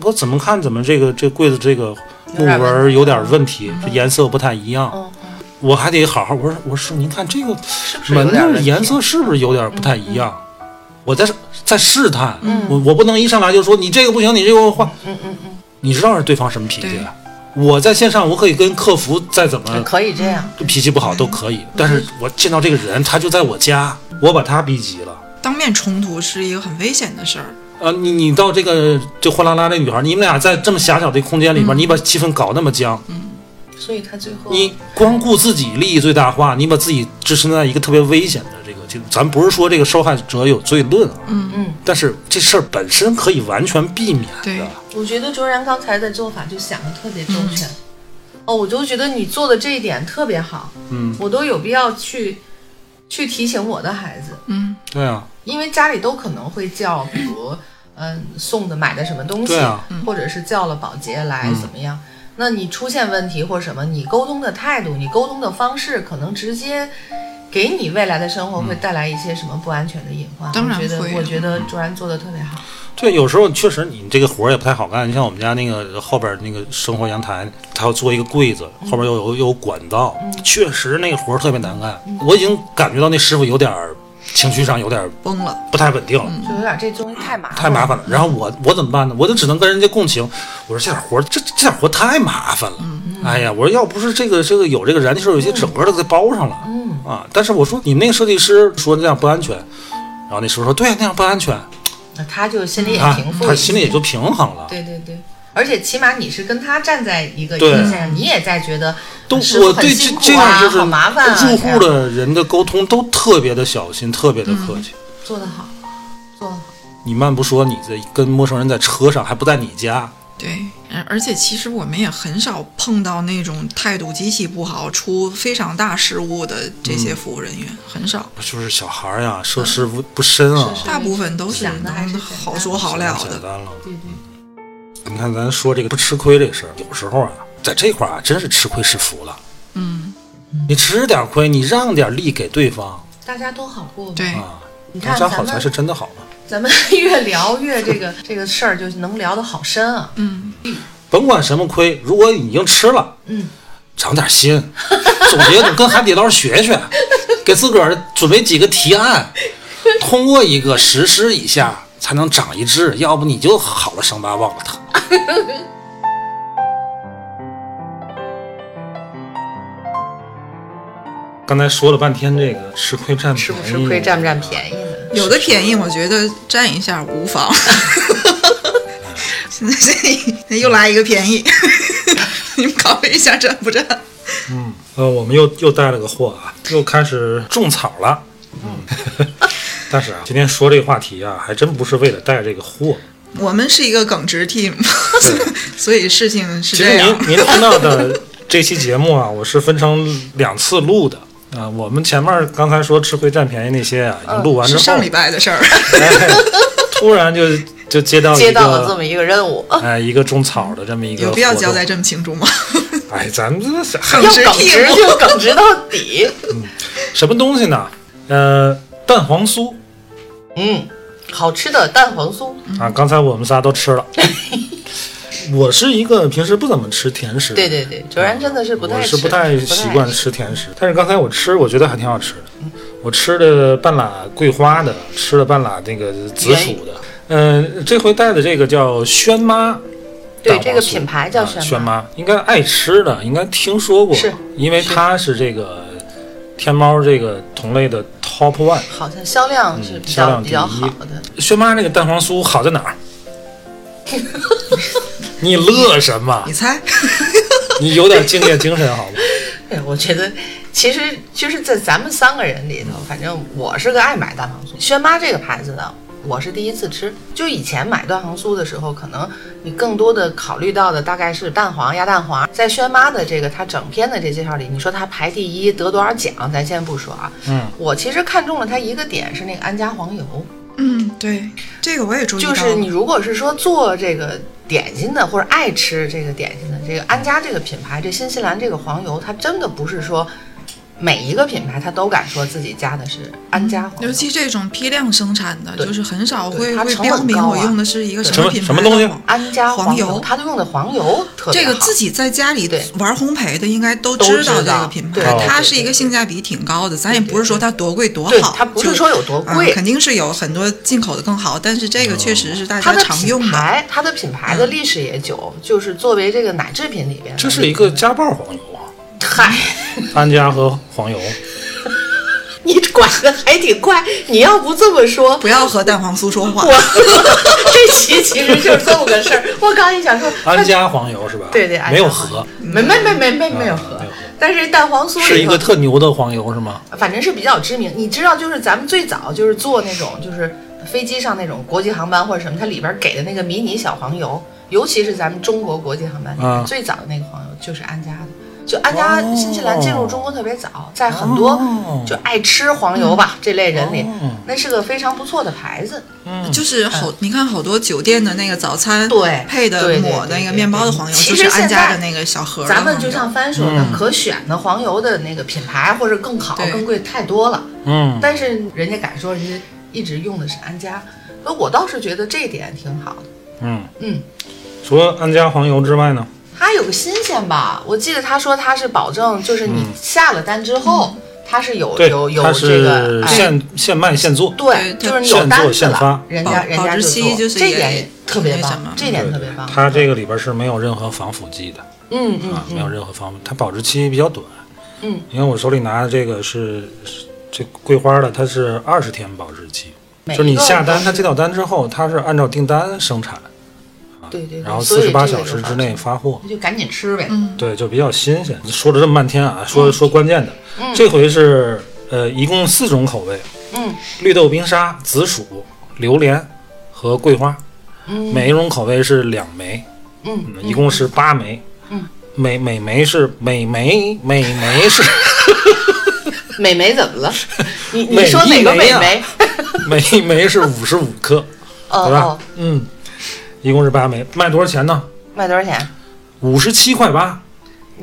Speaker 1: 我怎么看怎么这个这柜子这个木纹儿有点问题，这颜色不太一样。
Speaker 2: 嗯，嗯
Speaker 1: 我还得好好我说我说您看这个
Speaker 2: 是不是有
Speaker 1: 门
Speaker 2: 点问
Speaker 1: 的
Speaker 2: 题
Speaker 1: 颜色是不是有点不太一样？我在在试探，
Speaker 2: 嗯
Speaker 1: 我我不能一上来就说你这个不行，你这个换。
Speaker 2: 嗯嗯嗯
Speaker 1: 你知道是对方什么脾气啊？我在线上我可以跟客服再怎么
Speaker 2: 嗯，可以这样。
Speaker 1: 脾气不好都可
Speaker 2: 嗯
Speaker 1: 以，但是我见到这个人他就在我家，我把他逼急了。
Speaker 3: 当面冲突是一个很危险的事儿。
Speaker 1: 呃，你你到这个这货拉拉这女孩，你们俩在这么狭小的空间里边，
Speaker 2: 嗯
Speaker 1: 你把气氛搞那么僵，
Speaker 2: 所以他最后
Speaker 1: 你光顾自己利益最大化，你把自己置身在一个特别危险的这个，就咱不是说这个受害者有罪论啊，
Speaker 3: 嗯
Speaker 2: 嗯，
Speaker 1: 但是这事儿本身可以完全避免
Speaker 3: 对
Speaker 1: 的，
Speaker 2: 我觉得卓然刚才的做法就想的特别周全。哦，我就觉得你做的这一点特别好，
Speaker 1: 嗯，
Speaker 2: 我都有必要去去提醒我的孩子，
Speaker 3: 嗯，
Speaker 1: 对啊，
Speaker 2: 因为家里都可能会叫，比如嗯送的买的什么东西，
Speaker 1: 对啊
Speaker 2: 或者是叫了保洁来、
Speaker 1: 嗯
Speaker 2: 怎么样？那你出现问题或什么，你沟通的态度，你沟通的方式，可能直接给你未来的生活会带来一些什么不安全的隐患。
Speaker 3: 当然
Speaker 2: 我觉得
Speaker 3: 会嗯
Speaker 2: 我觉得卓然做的特别好。
Speaker 1: 对，有时候确实你这个活儿也不太好干，你像我们家那个后边那个生活阳台，它要做一个柜子，后边又有又有管道，
Speaker 3: 嗯
Speaker 1: 确实那个活儿特别难干，我已经感觉到那师傅有点儿情绪上有点儿
Speaker 3: 崩了，
Speaker 1: 不太稳定了。
Speaker 2: 就有点这东西太麻烦，
Speaker 1: 太麻烦了。然后我我怎么办呢？我就只能跟人家共情。我说这点活儿，这这点活儿太麻烦了。
Speaker 2: 嗯
Speaker 1: 哎呀，我说要不是这个这个有这个燃气儿，有些整个都给包上了。
Speaker 2: 嗯
Speaker 1: 啊，但是我说你们那个设计师说那样不安全，然后那师傅说对，那样不安全
Speaker 2: 那他就心里也
Speaker 1: 啊
Speaker 2: 平，复一些，
Speaker 1: 他心里也就平衡了。
Speaker 2: 对对对。而且起码你是跟他站在一个
Speaker 1: 对
Speaker 2: 一线上，你也在觉得
Speaker 1: 都
Speaker 2: 师
Speaker 1: 我
Speaker 2: 傅很
Speaker 1: 对这
Speaker 2: 辛苦啊
Speaker 1: 这样就是
Speaker 2: 好麻烦啊，
Speaker 1: 入
Speaker 2: 这样
Speaker 1: 户
Speaker 2: 嗯
Speaker 1: 的人的沟通都特别的小心，特别的客气。
Speaker 2: 做得好，做得好。
Speaker 1: 你慢不说，你这跟陌生人在车上还不在你家，
Speaker 3: 对，呃而且其实我们也很少碰到那种态度极其不好、出非常大失误的这
Speaker 1: 嗯
Speaker 3: 些服务人员，很少，
Speaker 1: 就是小孩儿呀，涉世不不深啊，
Speaker 2: 嗯是是
Speaker 3: 大部分都是
Speaker 2: 想的还是简
Speaker 3: 能
Speaker 2: 单
Speaker 3: 好说好了
Speaker 1: 简
Speaker 3: 的。
Speaker 1: 单了。
Speaker 2: 对对，
Speaker 1: 你看咱说这个不吃亏这事儿，有时候啊，在这块儿啊，真是吃亏是福了。
Speaker 3: 嗯，
Speaker 1: 你吃点亏，你让点利给对方
Speaker 2: 大家都好过嘛。
Speaker 3: 对，
Speaker 1: 啊，
Speaker 2: 你
Speaker 1: 大家
Speaker 2: 看咱
Speaker 1: 好才
Speaker 2: 们
Speaker 1: 是真的好嘛。
Speaker 2: 咱们越聊越这 个这个事儿，就能聊得好深啊。
Speaker 3: 嗯，
Speaker 1: 甭管什么亏，如果已经吃了，
Speaker 2: 嗯，
Speaker 1: 长点心，总结总跟海底捞学学，给自个儿准备几个提案，通过一个实施一下，才能长一智，要不你就好了伤疤忘了 疼。刚才说了半天这个吃亏占便宜，
Speaker 2: 吃不吃亏，占不占便宜呢？
Speaker 3: 有的便宜我觉得占一下 无妨。现在这又来一个 便宜，你们考虑一下占不占？
Speaker 1: 呃，我们又又带了个货啊，又开始种草了。嗯， 但是啊，今天说这个话题啊，还真不是为了带这个货。
Speaker 3: 我们是一个耿直 team，
Speaker 1: 对
Speaker 3: 所以事情是
Speaker 1: 其
Speaker 3: 这
Speaker 1: 实
Speaker 3: 样。
Speaker 1: 您您听到的这期节目啊，我是分成两次录的。啊、我们前面刚才说吃亏占便宜那些啊，已经录完之
Speaker 3: 哦是
Speaker 1: 后，
Speaker 3: 上礼拜的事儿，
Speaker 1: 哎、突然就就接到一个
Speaker 2: 接到了这么一个任务，
Speaker 1: 哎一个种草的这么一个
Speaker 3: 有必要
Speaker 1: 活动
Speaker 3: 交代这么清楚吗？
Speaker 1: 哎，咱们这还
Speaker 3: 耿
Speaker 2: 哦 要
Speaker 3: 直
Speaker 2: 耿直
Speaker 3: team，
Speaker 2: 就耿直到底。
Speaker 1: 什么东西呢？呃，蛋黄酥
Speaker 2: 嗯，好吃的蛋黄酥，
Speaker 1: 啊，刚才我们仨都吃 了。我是一个平时不怎么吃甜食的
Speaker 2: 对
Speaker 1: 人，
Speaker 2: 对对，卓然真的嗯是不太
Speaker 1: 我
Speaker 2: 吃，
Speaker 1: 是不太习惯吃甜食，但是刚才我吃，我觉得还挺好吃的。我吃的半拉桂花的，吃了半拉那个紫薯的。嗯、这回带的这个叫轩妈。啊
Speaker 2: 对这个品牌叫轩
Speaker 1: 轩
Speaker 2: 妈
Speaker 1: 妈，应该爱吃的，应该听说过，
Speaker 2: 是
Speaker 1: 因为它是这个天猫这个同类的 top one。
Speaker 2: 好像嗯销量是比
Speaker 1: 销
Speaker 2: 较
Speaker 1: 量
Speaker 2: 比较
Speaker 1: 第一
Speaker 2: 好的。
Speaker 1: 轩妈那个蛋黄酥好在哪儿？ 你乐什么
Speaker 3: 你？猜？
Speaker 1: 你有点敬业精神好 吗？
Speaker 2: 对，哎我觉得其实就是在咱们三个人里头，反正我是个爱买蛋黄酥。轩妈这个牌子呢，我是第一次吃。就以前买蛋黄酥的时候，可能你更多的考虑到的大概是蛋黄、鸭蛋黄。在轩妈的这个它整篇的这介绍里，你说它排第一得多少奖，咱先不说啊。
Speaker 1: 嗯，
Speaker 2: 我其实看中了它一个点是那个安佳黄油，
Speaker 3: 嗯，对，这个我也注意到
Speaker 2: 就
Speaker 3: 了。
Speaker 2: 是你如果是说做这个点心的，或者爱吃这个点心的，这个安佳这个品牌，这新西兰这个黄油，它真的不是说每一个品牌它都敢说自己加的是安佳黄油
Speaker 3: 尤，其这种批量生产的，
Speaker 2: 对
Speaker 3: 就是很少
Speaker 2: 对
Speaker 3: 会
Speaker 2: 它
Speaker 3: 会
Speaker 2: 成
Speaker 3: 标
Speaker 2: 本
Speaker 3: 明
Speaker 2: 高
Speaker 3: 我
Speaker 2: 啊
Speaker 3: 用的是一个
Speaker 2: 对
Speaker 3: 什么品牌
Speaker 1: 什么什么东西
Speaker 3: 的黄
Speaker 2: 安佳
Speaker 3: 黄
Speaker 2: 油
Speaker 3: 油，
Speaker 2: 它用的黄油特别
Speaker 3: 这
Speaker 2: 好
Speaker 3: 个自己在家里
Speaker 2: 对
Speaker 3: 玩烘焙的，应该都
Speaker 2: 都
Speaker 3: 知
Speaker 2: 知
Speaker 3: 道这
Speaker 2: 道
Speaker 3: 个品
Speaker 2: 对
Speaker 3: 牌
Speaker 1: 对，
Speaker 3: 它
Speaker 2: 对
Speaker 3: 是一
Speaker 2: 对
Speaker 3: 个性价比挺高的。咱也不是说它多贵多
Speaker 2: 对
Speaker 3: 好，
Speaker 2: 它不是
Speaker 3: 就
Speaker 2: 说有多
Speaker 3: 嗯
Speaker 2: 贵
Speaker 3: 肯定是有很多进口的更好，但是这个确实是大
Speaker 2: 它
Speaker 3: 家
Speaker 2: 的
Speaker 3: 常用
Speaker 2: 品
Speaker 3: 的。嗯
Speaker 2: 牌，它的品牌的历史也久，就是作为这个奶制品里边的，
Speaker 1: 这是一个家暴黄油啊，
Speaker 2: 嗨，
Speaker 1: 安佳和黄油。
Speaker 2: 你管的还挺快，你要不这么说，
Speaker 3: 不要和蛋黄酥说话，
Speaker 2: 我这期其实就是这么个事儿。我刚一想说，
Speaker 3: 啊
Speaker 1: 安佳黄油是吧？
Speaker 2: 对对，安
Speaker 1: 没有
Speaker 2: 佳黄
Speaker 1: 和，
Speaker 2: 没没没没没没有
Speaker 1: 啊
Speaker 2: 和
Speaker 1: 没有和，
Speaker 2: 但是蛋黄酥
Speaker 1: 是
Speaker 2: 里
Speaker 1: 一
Speaker 2: 头
Speaker 1: 个特牛的黄油是吗？
Speaker 2: 反正是比较知名。你知道，就是咱们最早就是做那种就是飞机上那种国际航班或者什么，它里边给的那个迷你小黄油，尤其是咱们中国国际航班里边、
Speaker 1: 啊
Speaker 2: 最早的那个黄油就是安佳的。就安佳
Speaker 1: 哦
Speaker 2: 新西兰进入中国特别早，在很多
Speaker 1: 哦
Speaker 2: 就爱吃黄油吧、这类人里
Speaker 1: 哦，
Speaker 2: 那是个非常不错的牌子。
Speaker 1: 嗯，
Speaker 3: 就是 好，你看好多酒店的那个早餐
Speaker 2: 对
Speaker 3: 配的
Speaker 2: 对对
Speaker 3: 抹
Speaker 2: 对
Speaker 3: 的那个
Speaker 2: 对
Speaker 3: 面包的黄油，
Speaker 2: 其
Speaker 3: 就
Speaker 2: 实
Speaker 3: 是安
Speaker 2: 现
Speaker 3: 家
Speaker 2: 在
Speaker 3: 的那个小盒儿的
Speaker 2: 咱们
Speaker 3: 黄
Speaker 2: 就
Speaker 3: 油
Speaker 2: 像番薯
Speaker 1: 嗯
Speaker 2: 的、可选的黄油的那个品牌，或者更好、
Speaker 3: 对
Speaker 2: 更贵太多了。
Speaker 1: 嗯，
Speaker 2: 但是人家敢说人家一直用的是安佳，那我倒是觉得这一点挺好的。
Speaker 1: 嗯
Speaker 2: 嗯，
Speaker 1: 除了安佳黄油之外呢？
Speaker 2: 它有个新鲜吧，我记得他说他是保证，就是你下了单之后，
Speaker 3: 嗯
Speaker 2: 它是有
Speaker 1: 嗯对
Speaker 2: 有，有
Speaker 1: 它
Speaker 2: 这个
Speaker 1: 是
Speaker 2: 哎
Speaker 1: 现现卖现做。
Speaker 2: 对，
Speaker 3: 对
Speaker 2: 就是你
Speaker 1: 现
Speaker 2: 有
Speaker 1: 做
Speaker 2: 单子
Speaker 1: 现发
Speaker 2: 了，人家
Speaker 3: 保
Speaker 2: 人家
Speaker 3: 保质
Speaker 2: 就
Speaker 3: 期
Speaker 2: 做
Speaker 3: 就是
Speaker 2: 这
Speaker 3: 也
Speaker 2: 点特别
Speaker 3: 那什
Speaker 2: 棒
Speaker 3: 么，
Speaker 2: 这点
Speaker 1: 对
Speaker 2: 特
Speaker 1: 对
Speaker 2: 别棒。
Speaker 1: 它这个里边是没有任何防腐剂的
Speaker 2: 嗯嗯
Speaker 1: 啊，没有
Speaker 2: 嗯，
Speaker 1: 任何防腐，它保质期比较短。
Speaker 2: 嗯，
Speaker 1: 你看我手里拿的这个是是这桂花的，它是二十天保质期，
Speaker 2: 每
Speaker 1: 就是你
Speaker 2: 一个
Speaker 1: 下
Speaker 2: 都
Speaker 1: 单，
Speaker 2: 是
Speaker 1: 它接到单之后，它是按照订单生产，
Speaker 2: 对对，对
Speaker 1: 然后
Speaker 2: 所
Speaker 1: 四
Speaker 2: 以
Speaker 1: 十八
Speaker 2: 这个
Speaker 1: 小
Speaker 2: 就
Speaker 1: 时
Speaker 2: 好
Speaker 1: 之内发货。
Speaker 2: 那就赶紧吃呗。
Speaker 3: 嗯，
Speaker 1: 对，就比较新鲜。说了这么半天
Speaker 2: 嗯
Speaker 1: 啊，说说关键的，这回是呃，一共四种口味：
Speaker 2: 嗯，
Speaker 1: 绿豆冰沙、紫薯、榴莲和桂花，
Speaker 2: 嗯
Speaker 1: 每一种口味是两枚，
Speaker 2: 嗯，
Speaker 1: 一共是八枚。
Speaker 2: 嗯，
Speaker 1: 每每枚是每枚每枚是
Speaker 2: 美眉怎么了？你
Speaker 1: 美
Speaker 2: 你说哪个美
Speaker 1: 一枚
Speaker 2: 眉？
Speaker 1: 每一枚是五十五克，
Speaker 2: 哦
Speaker 1: 对吧
Speaker 2: 哦，？
Speaker 1: 嗯，一共是八枚，卖多少钱呢？
Speaker 2: 卖多少钱？
Speaker 1: 五十七块八，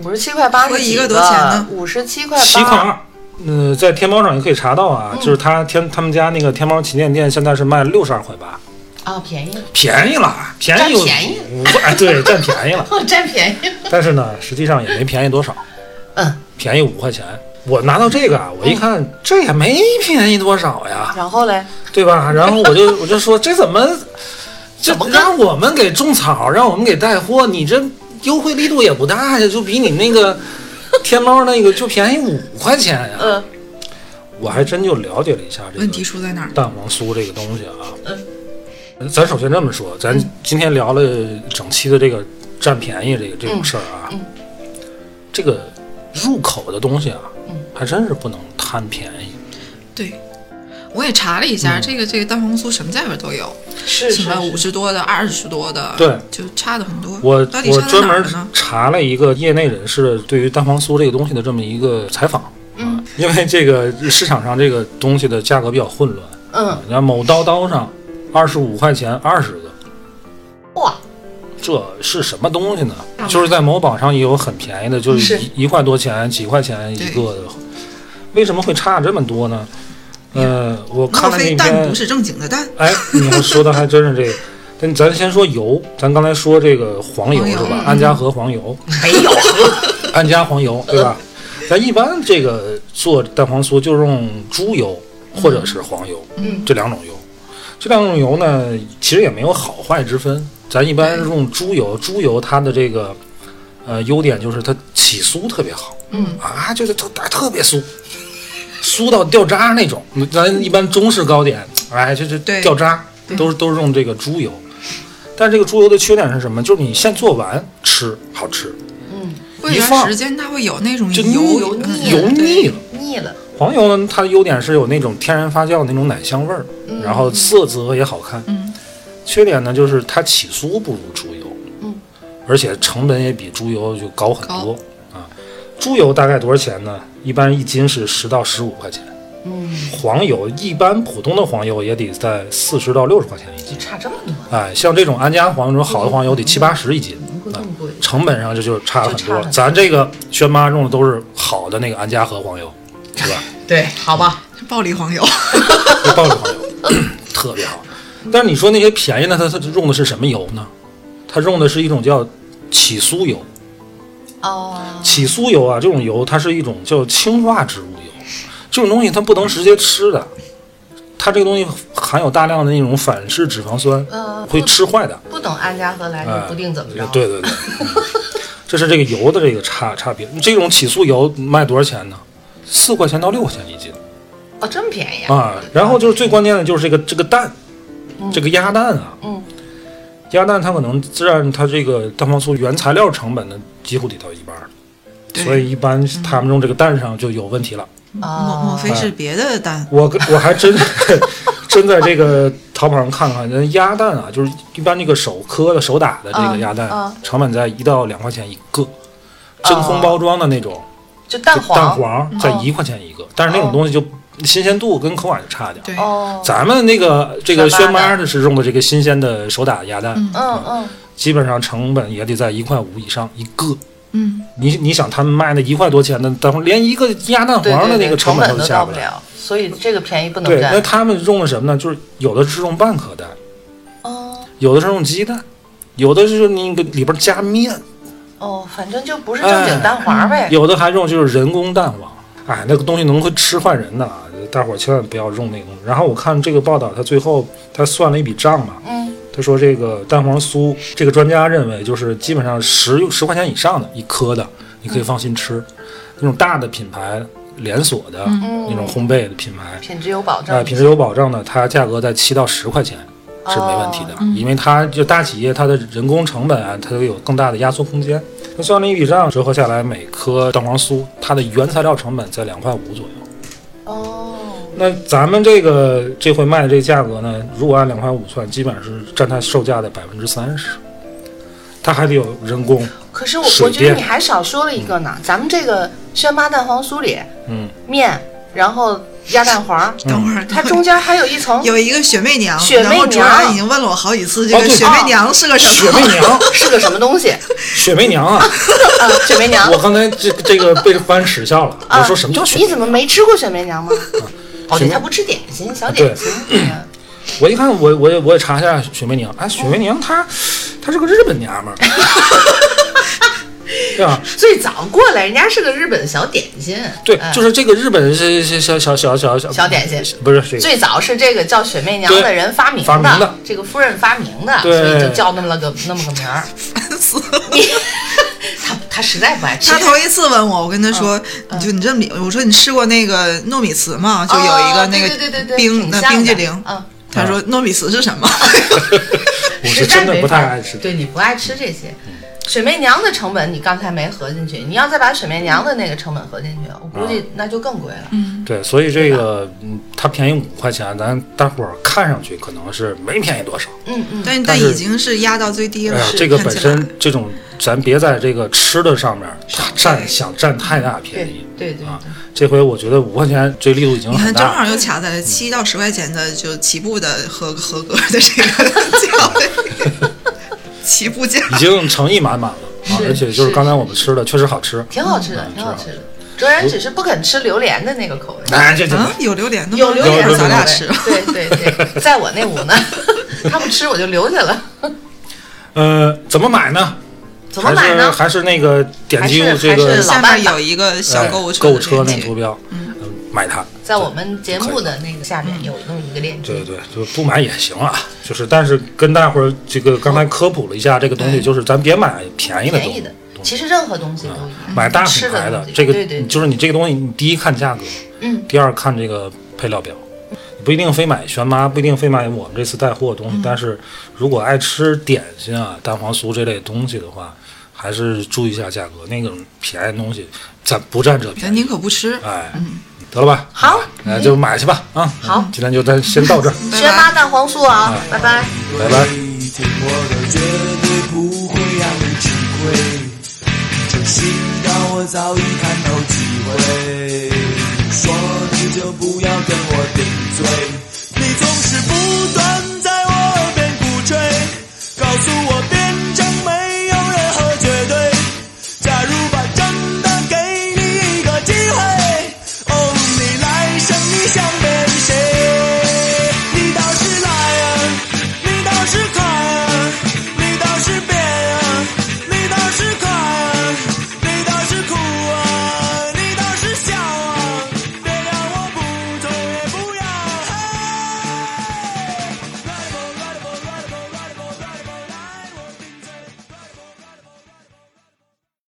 Speaker 2: 五十七块八
Speaker 3: 合
Speaker 2: 是
Speaker 3: 一个多少钱呢
Speaker 2: 五十七块八，嗯
Speaker 1: 七块二。嗯、在天猫上也可以查到啊，就是他天他们家那个天猫旗舰店现在是卖六十二块八，
Speaker 2: 啊，便 宜，
Speaker 1: 便宜了，便宜有
Speaker 2: 占便宜
Speaker 1: 五块，哎对，占便宜了。
Speaker 2: 哦，占便宜。
Speaker 1: 但是呢，实际上也没便宜多少，
Speaker 2: 嗯，
Speaker 1: 便宜五块钱。我拿到这个啊，我一看，这也没便宜多少呀，
Speaker 2: 然后嘞，
Speaker 1: 对 吧？然后我就我就说，这怎么，这
Speaker 2: 怎么个
Speaker 1: 让我们给种草，让我们给带货，你这优惠力度也不大呀，就比你那 个天猫那个就便宜五块钱呀。
Speaker 2: 嗯
Speaker 1: 我还真就了解了一下这
Speaker 3: 问题
Speaker 1: 个
Speaker 3: 出在哪儿？
Speaker 1: 蛋黄酥这个东西啊。
Speaker 2: 嗯
Speaker 1: 咱首先这么说，咱今天聊了整期的这个占便宜这个这种事儿啊，
Speaker 2: 嗯
Speaker 1: 这个入口的东西啊，
Speaker 2: 嗯
Speaker 1: 还真是不能贪便宜。
Speaker 3: 对，我也查了一下，这个这个蛋黄酥什么价位都有，
Speaker 2: 嗯是
Speaker 3: 什
Speaker 2: 是
Speaker 3: 么五
Speaker 2: 是，
Speaker 3: 十多的、二十多的，
Speaker 1: 对，
Speaker 3: 就差的很多。
Speaker 1: 我
Speaker 3: 到底
Speaker 1: 我
Speaker 3: 差在
Speaker 1: 专
Speaker 3: 哪儿
Speaker 1: 门
Speaker 3: 了呢？
Speaker 1: 查了一个业内人士对于蛋黄酥这个东西的这么一个采访，
Speaker 2: 嗯
Speaker 1: 啊，因为这个市场上这个东西的价格比较混乱，
Speaker 2: 嗯，
Speaker 1: 然后某刀刀上二十五块钱二十个，
Speaker 2: 哇，
Speaker 1: 这是什么东西呢
Speaker 3: 大？
Speaker 1: 就是在某宝上也有很便宜的，就是
Speaker 2: 是
Speaker 1: 一一块多钱、几块钱一个的，为什么会差这么多呢？呃，我看了
Speaker 3: 莫非
Speaker 1: 那
Speaker 3: 蛋不
Speaker 1: 篇，
Speaker 3: 是正经的蛋？
Speaker 1: 哎，你还说的还真是这个。但咱先说油，咱刚才说这个黄油
Speaker 3: 黄
Speaker 1: 是
Speaker 3: 油
Speaker 1: 吧
Speaker 3: 嗯？
Speaker 1: 安家和黄油，
Speaker 2: 没有，
Speaker 1: 安家黄油对吧？咱一般这个做蛋黄酥就用猪油或者是黄油，
Speaker 2: 嗯
Speaker 1: 这两种油。这两种油呢，其实也没有好坏之分。咱一般
Speaker 3: 嗯
Speaker 1: 用猪油，猪油它的这个呃优点就是它起酥特别好，
Speaker 2: 嗯
Speaker 1: 啊，就是特特别酥，酥到掉渣那种。咱一般中式糕点，哎，就是
Speaker 3: 对
Speaker 1: 掉渣，都是都是用这个猪油。但这个猪油的缺点是什么？就是你现做完吃好吃，
Speaker 2: 嗯，
Speaker 3: 过一
Speaker 1: 一
Speaker 3: 段
Speaker 1: 放
Speaker 3: 时间它会有那种
Speaker 1: 就
Speaker 3: 油
Speaker 1: 油
Speaker 3: 嗯
Speaker 1: 油腻
Speaker 3: 对
Speaker 1: 了。
Speaker 2: 腻了，
Speaker 1: 黄油呢，它的优点是有那种天然发酵的那种奶香味儿，
Speaker 2: 嗯
Speaker 1: 然后色泽也好看。
Speaker 3: 嗯
Speaker 1: 缺点呢，就是它起酥不如猪油，
Speaker 2: 嗯，
Speaker 1: 而且成本也比猪油就高很多啊。猪油大概多少钱呢？一般一斤是十到十五块钱。
Speaker 2: 嗯，
Speaker 1: 黄油一般普通的黄油也得在四十到六十块钱一斤。
Speaker 2: 差这么多，
Speaker 1: 哎，像这种安佳黄油，这种好的黄油得七八十一斤，啊
Speaker 2: 怎么会这么贵？
Speaker 1: 成本上这就差了很
Speaker 2: 嗯就差
Speaker 1: 多
Speaker 2: 了。
Speaker 1: 咱这个轩妈用的都是好的那个安佳和黄油，是吧？
Speaker 2: 对，好吧，
Speaker 3: 暴力黄油，
Speaker 1: 就爆炒油， 特别好。但是你说那些便宜的，它它用的是什么油呢？它用的是一种叫起酥油。
Speaker 2: 哦，
Speaker 1: 起酥油啊，这种油它是一种叫氢化植物油，这种东西它不能直接吃的，它这个东西含有大量的那种反式脂肪酸，
Speaker 2: 呃，
Speaker 1: 会
Speaker 2: 不
Speaker 1: 吃坏的。
Speaker 2: 不等安家和来
Speaker 1: 哎
Speaker 2: 就不定怎么着，
Speaker 1: 对对 对，嗯这是这个油的这个差差别。这种起酥油卖多少钱呢？四块钱到六块钱一斤。
Speaker 2: 哦，这么便宜，
Speaker 1: 啊，然后就是最关键的就是这个这个蛋，这个鸭蛋啊，
Speaker 2: 嗯
Speaker 1: 鸭蛋它可能自然它这个蛋黄酥原材料成本呢几乎得到一半儿，
Speaker 3: 对
Speaker 1: 所以一般他们用这个蛋上就有问题了。
Speaker 3: 莫莫
Speaker 2: 啊，
Speaker 3: 非是别的蛋？
Speaker 1: 我跟我还真 真在这个淘宝上看看，人鸭蛋啊，就是一般这个手磕的手打的这个
Speaker 2: 嗯
Speaker 1: 鸭蛋，
Speaker 2: 嗯
Speaker 1: 成本在一到两块钱一个，真空包装的那种。
Speaker 2: 就蛋
Speaker 1: 就
Speaker 2: 黄，
Speaker 1: 蛋黄在
Speaker 2: 哦
Speaker 1: 一块钱一个，但是那种
Speaker 2: 嗯哦
Speaker 1: 东西就新鲜度跟口感就差点儿。
Speaker 3: 对，
Speaker 2: 哦，
Speaker 1: 咱们那个这个
Speaker 2: 轩
Speaker 1: 轩
Speaker 2: 妈的
Speaker 1: 妈的是用的这个新鲜的手打鸭蛋，
Speaker 2: 嗯嗯，
Speaker 1: 基本上成本也得在一块五以上一个。
Speaker 3: 嗯，
Speaker 1: 你你想他们卖那一块多钱的，等会儿连一个鸭蛋黄的那个
Speaker 2: 成
Speaker 1: 本
Speaker 2: 都
Speaker 1: 下
Speaker 2: 到
Speaker 1: 不
Speaker 2: 不
Speaker 1: 来。
Speaker 2: 了，所以这个便宜不能
Speaker 1: 对，那
Speaker 2: 占。
Speaker 1: 他们用的什么呢？就是有的是用半颗蛋，
Speaker 2: 哦
Speaker 1: 有的是用鸡蛋，有的是那个里边加面，
Speaker 2: 哦，反正就不是正经蛋黄呗。
Speaker 1: 哎有的还用就是人工蛋黄。哎，那个东西能会吃坏人的，啊！大伙儿千万不要用那个东西。然后我看这个报道，他最后他算了一笔账嘛，
Speaker 2: 嗯
Speaker 1: 他说这个蛋黄酥，这个专家认为就是基本上十十块钱以上的一颗的，你可以放心吃。那种大的品牌连锁的、
Speaker 2: 嗯，
Speaker 1: 那种烘焙的品牌，
Speaker 2: 品质有保
Speaker 1: 啊、
Speaker 2: 证，
Speaker 1: 品质有保证的，它价格在七到十块钱是没问题的，因为它就大企业它的人工成本啊，它都有更大的压缩空间。那算了一笔账，折合下来每颗蛋黄酥它的原材料成本在两块五左右。
Speaker 2: 哦，
Speaker 1: 那咱们这个这回卖的这价格呢，如果按两块五算，基本上是占它售价的百分之三十，它还得有人 工。
Speaker 2: 可是我
Speaker 1: 水
Speaker 2: 我觉得
Speaker 1: 电
Speaker 2: 你还少说了一个呢，咱们这个宣巴蛋黄酥里
Speaker 1: 嗯，
Speaker 2: 面，然后鸭 蛋黄，
Speaker 3: 等会儿
Speaker 2: 它嗯中间还有 一层
Speaker 3: 有一个雪媚娘，
Speaker 2: 雪媚
Speaker 3: 然后主任
Speaker 2: 娘
Speaker 3: 已经问了我好几次，这
Speaker 1: 哦
Speaker 3: 个
Speaker 1: 对
Speaker 3: 雪媚娘是个啥？
Speaker 1: 雪媚娘，
Speaker 2: 是个什么东西？
Speaker 1: 雪媚娘啊！
Speaker 2: 啊，雪媚娘
Speaker 1: 我。刚才这这个被班耻笑了，
Speaker 2: 啊
Speaker 1: 我说什么叫雪媚啊
Speaker 2: 你怎么没吃过雪媚娘吗？哦，
Speaker 1: 雪
Speaker 2: 对，
Speaker 1: 媚
Speaker 2: 他不吃点心，
Speaker 1: 啊
Speaker 2: 小点心。嗯
Speaker 1: 我一看，我我也我也查一下雪媚娘，哎，雪媚娘她她是个日本娘们 儿，对吧？
Speaker 2: 最早过来，人家是个日本小点心。
Speaker 1: 对，
Speaker 2: 嗯
Speaker 1: 就是这个日本是是小小小小小
Speaker 2: 小点心
Speaker 1: 不是这个
Speaker 2: 最早是这个叫雪媚娘的
Speaker 1: 对
Speaker 2: 人发明的，
Speaker 1: 发明的
Speaker 2: 这个夫人发明的，所
Speaker 1: 对
Speaker 2: 以就叫那么了个那么个名儿。他他实在不爱吃
Speaker 3: 他，头一次问我，我跟他说，你就你这么理，我说你吃过那个糯米糍吗？就有一个
Speaker 2: 哦对
Speaker 3: 那
Speaker 2: 对对
Speaker 3: 个
Speaker 2: 对
Speaker 3: 冰
Speaker 2: 挺
Speaker 3: 那
Speaker 2: 像
Speaker 3: 冰激
Speaker 2: 的
Speaker 3: 凌，
Speaker 2: 嗯，
Speaker 3: 他说糯米糍是什么？
Speaker 1: 我
Speaker 2: 实
Speaker 1: 是
Speaker 2: 在
Speaker 1: 真的
Speaker 2: 没
Speaker 1: 不
Speaker 2: 法
Speaker 1: 太
Speaker 2: 儿
Speaker 1: 爱吃，嗯
Speaker 2: 对你不爱吃这些。雪媚娘的成本你刚才没合进去，你要再把雪媚娘的那个成本合进去，我估
Speaker 1: 啊
Speaker 2: 计那就更贵了。
Speaker 3: 嗯
Speaker 1: 对，所以这个嗯，它便宜五块钱，咱大伙儿看上去可能是没便宜多少，
Speaker 2: 嗯嗯，
Speaker 3: 但
Speaker 1: 但
Speaker 3: 但
Speaker 1: 是
Speaker 3: 已经是压到最低
Speaker 1: 哎
Speaker 3: 了
Speaker 1: 呀，，
Speaker 3: 是
Speaker 1: 这个
Speaker 3: 看
Speaker 1: 本
Speaker 3: 起来
Speaker 1: 身这种咱别在这个吃的上面儿它占想占太大便宜
Speaker 2: 对，对对
Speaker 1: 啊
Speaker 2: 对，
Speaker 1: 这回我觉得五块钱这力度已经
Speaker 3: 你
Speaker 1: 很
Speaker 3: 看，
Speaker 1: 大
Speaker 3: 正
Speaker 1: 了。
Speaker 3: 好又卡在了七到十块钱的就起步的合合格的这个价位，起步价。
Speaker 1: 已经诚意满满了啊！
Speaker 2: 是
Speaker 1: 而且就是
Speaker 2: 是
Speaker 1: 刚才我们吃的确实好吃，
Speaker 2: 挺好吃的，
Speaker 1: 嗯
Speaker 2: 挺好吃的。卓然只是不肯吃榴莲的那个口味。
Speaker 1: 哎，这这
Speaker 3: 啊，有榴莲的吗？
Speaker 2: 有榴莲
Speaker 1: 有
Speaker 2: 的
Speaker 1: 有
Speaker 3: 咱俩
Speaker 2: 口味
Speaker 3: 吃。
Speaker 2: 对对对，在我那屋呢， 他不吃我就留下了。
Speaker 1: 呃，怎么买呢？
Speaker 2: 怎么买呢
Speaker 1: 还是？还是那个点击
Speaker 2: 还是
Speaker 1: 这个
Speaker 2: 还是
Speaker 3: 下
Speaker 2: 老办
Speaker 3: 面
Speaker 2: 法
Speaker 3: 有一个小
Speaker 1: 哎
Speaker 3: 购物车
Speaker 1: 购
Speaker 3: 的
Speaker 1: 物车那
Speaker 3: 链
Speaker 1: 个
Speaker 3: 接
Speaker 1: 图标，嗯，买它。
Speaker 2: 在我们节目的那个下面有那么一个链接
Speaker 1: 嗯对。对，就不买也行啊。就是，但是跟大伙儿这个刚才科普了一下这个东西，
Speaker 3: 对
Speaker 1: 就是咱别买便宜的东
Speaker 2: 便宜
Speaker 1: 西嗯
Speaker 2: 的，，其实任何东西都一样。
Speaker 1: 买大品
Speaker 2: 吃
Speaker 1: 牌
Speaker 2: 的
Speaker 1: 的
Speaker 2: 东西
Speaker 1: 这个
Speaker 2: 对对，对
Speaker 1: 就是你这个东西，你第一看价格，
Speaker 2: 嗯，
Speaker 1: 第二看这个配料表，你不一定非买轩妈，不一定非买我们这次带货的东
Speaker 2: 嗯
Speaker 1: 西，但是如果爱吃点心啊、蛋黄酥这类东西的话，还是注意一下价格，那种便宜的东西咱不占这便
Speaker 3: 咱
Speaker 1: 宜，
Speaker 3: 宁可不吃。
Speaker 1: 哎，得了吧，
Speaker 2: 嗯
Speaker 1: 哎
Speaker 2: 好，
Speaker 1: 那就买去吧啊，
Speaker 2: 好
Speaker 1: 今天就嗯咱先到这 儿，
Speaker 3: 拜
Speaker 2: 学
Speaker 3: 拜
Speaker 2: 妈蛋黄酥啊，拜拜。
Speaker 1: 拜拜。
Speaker 4: 我都绝对不会让你吃亏。这世道我早已看透几回，说你就不要跟我顶嘴。Oh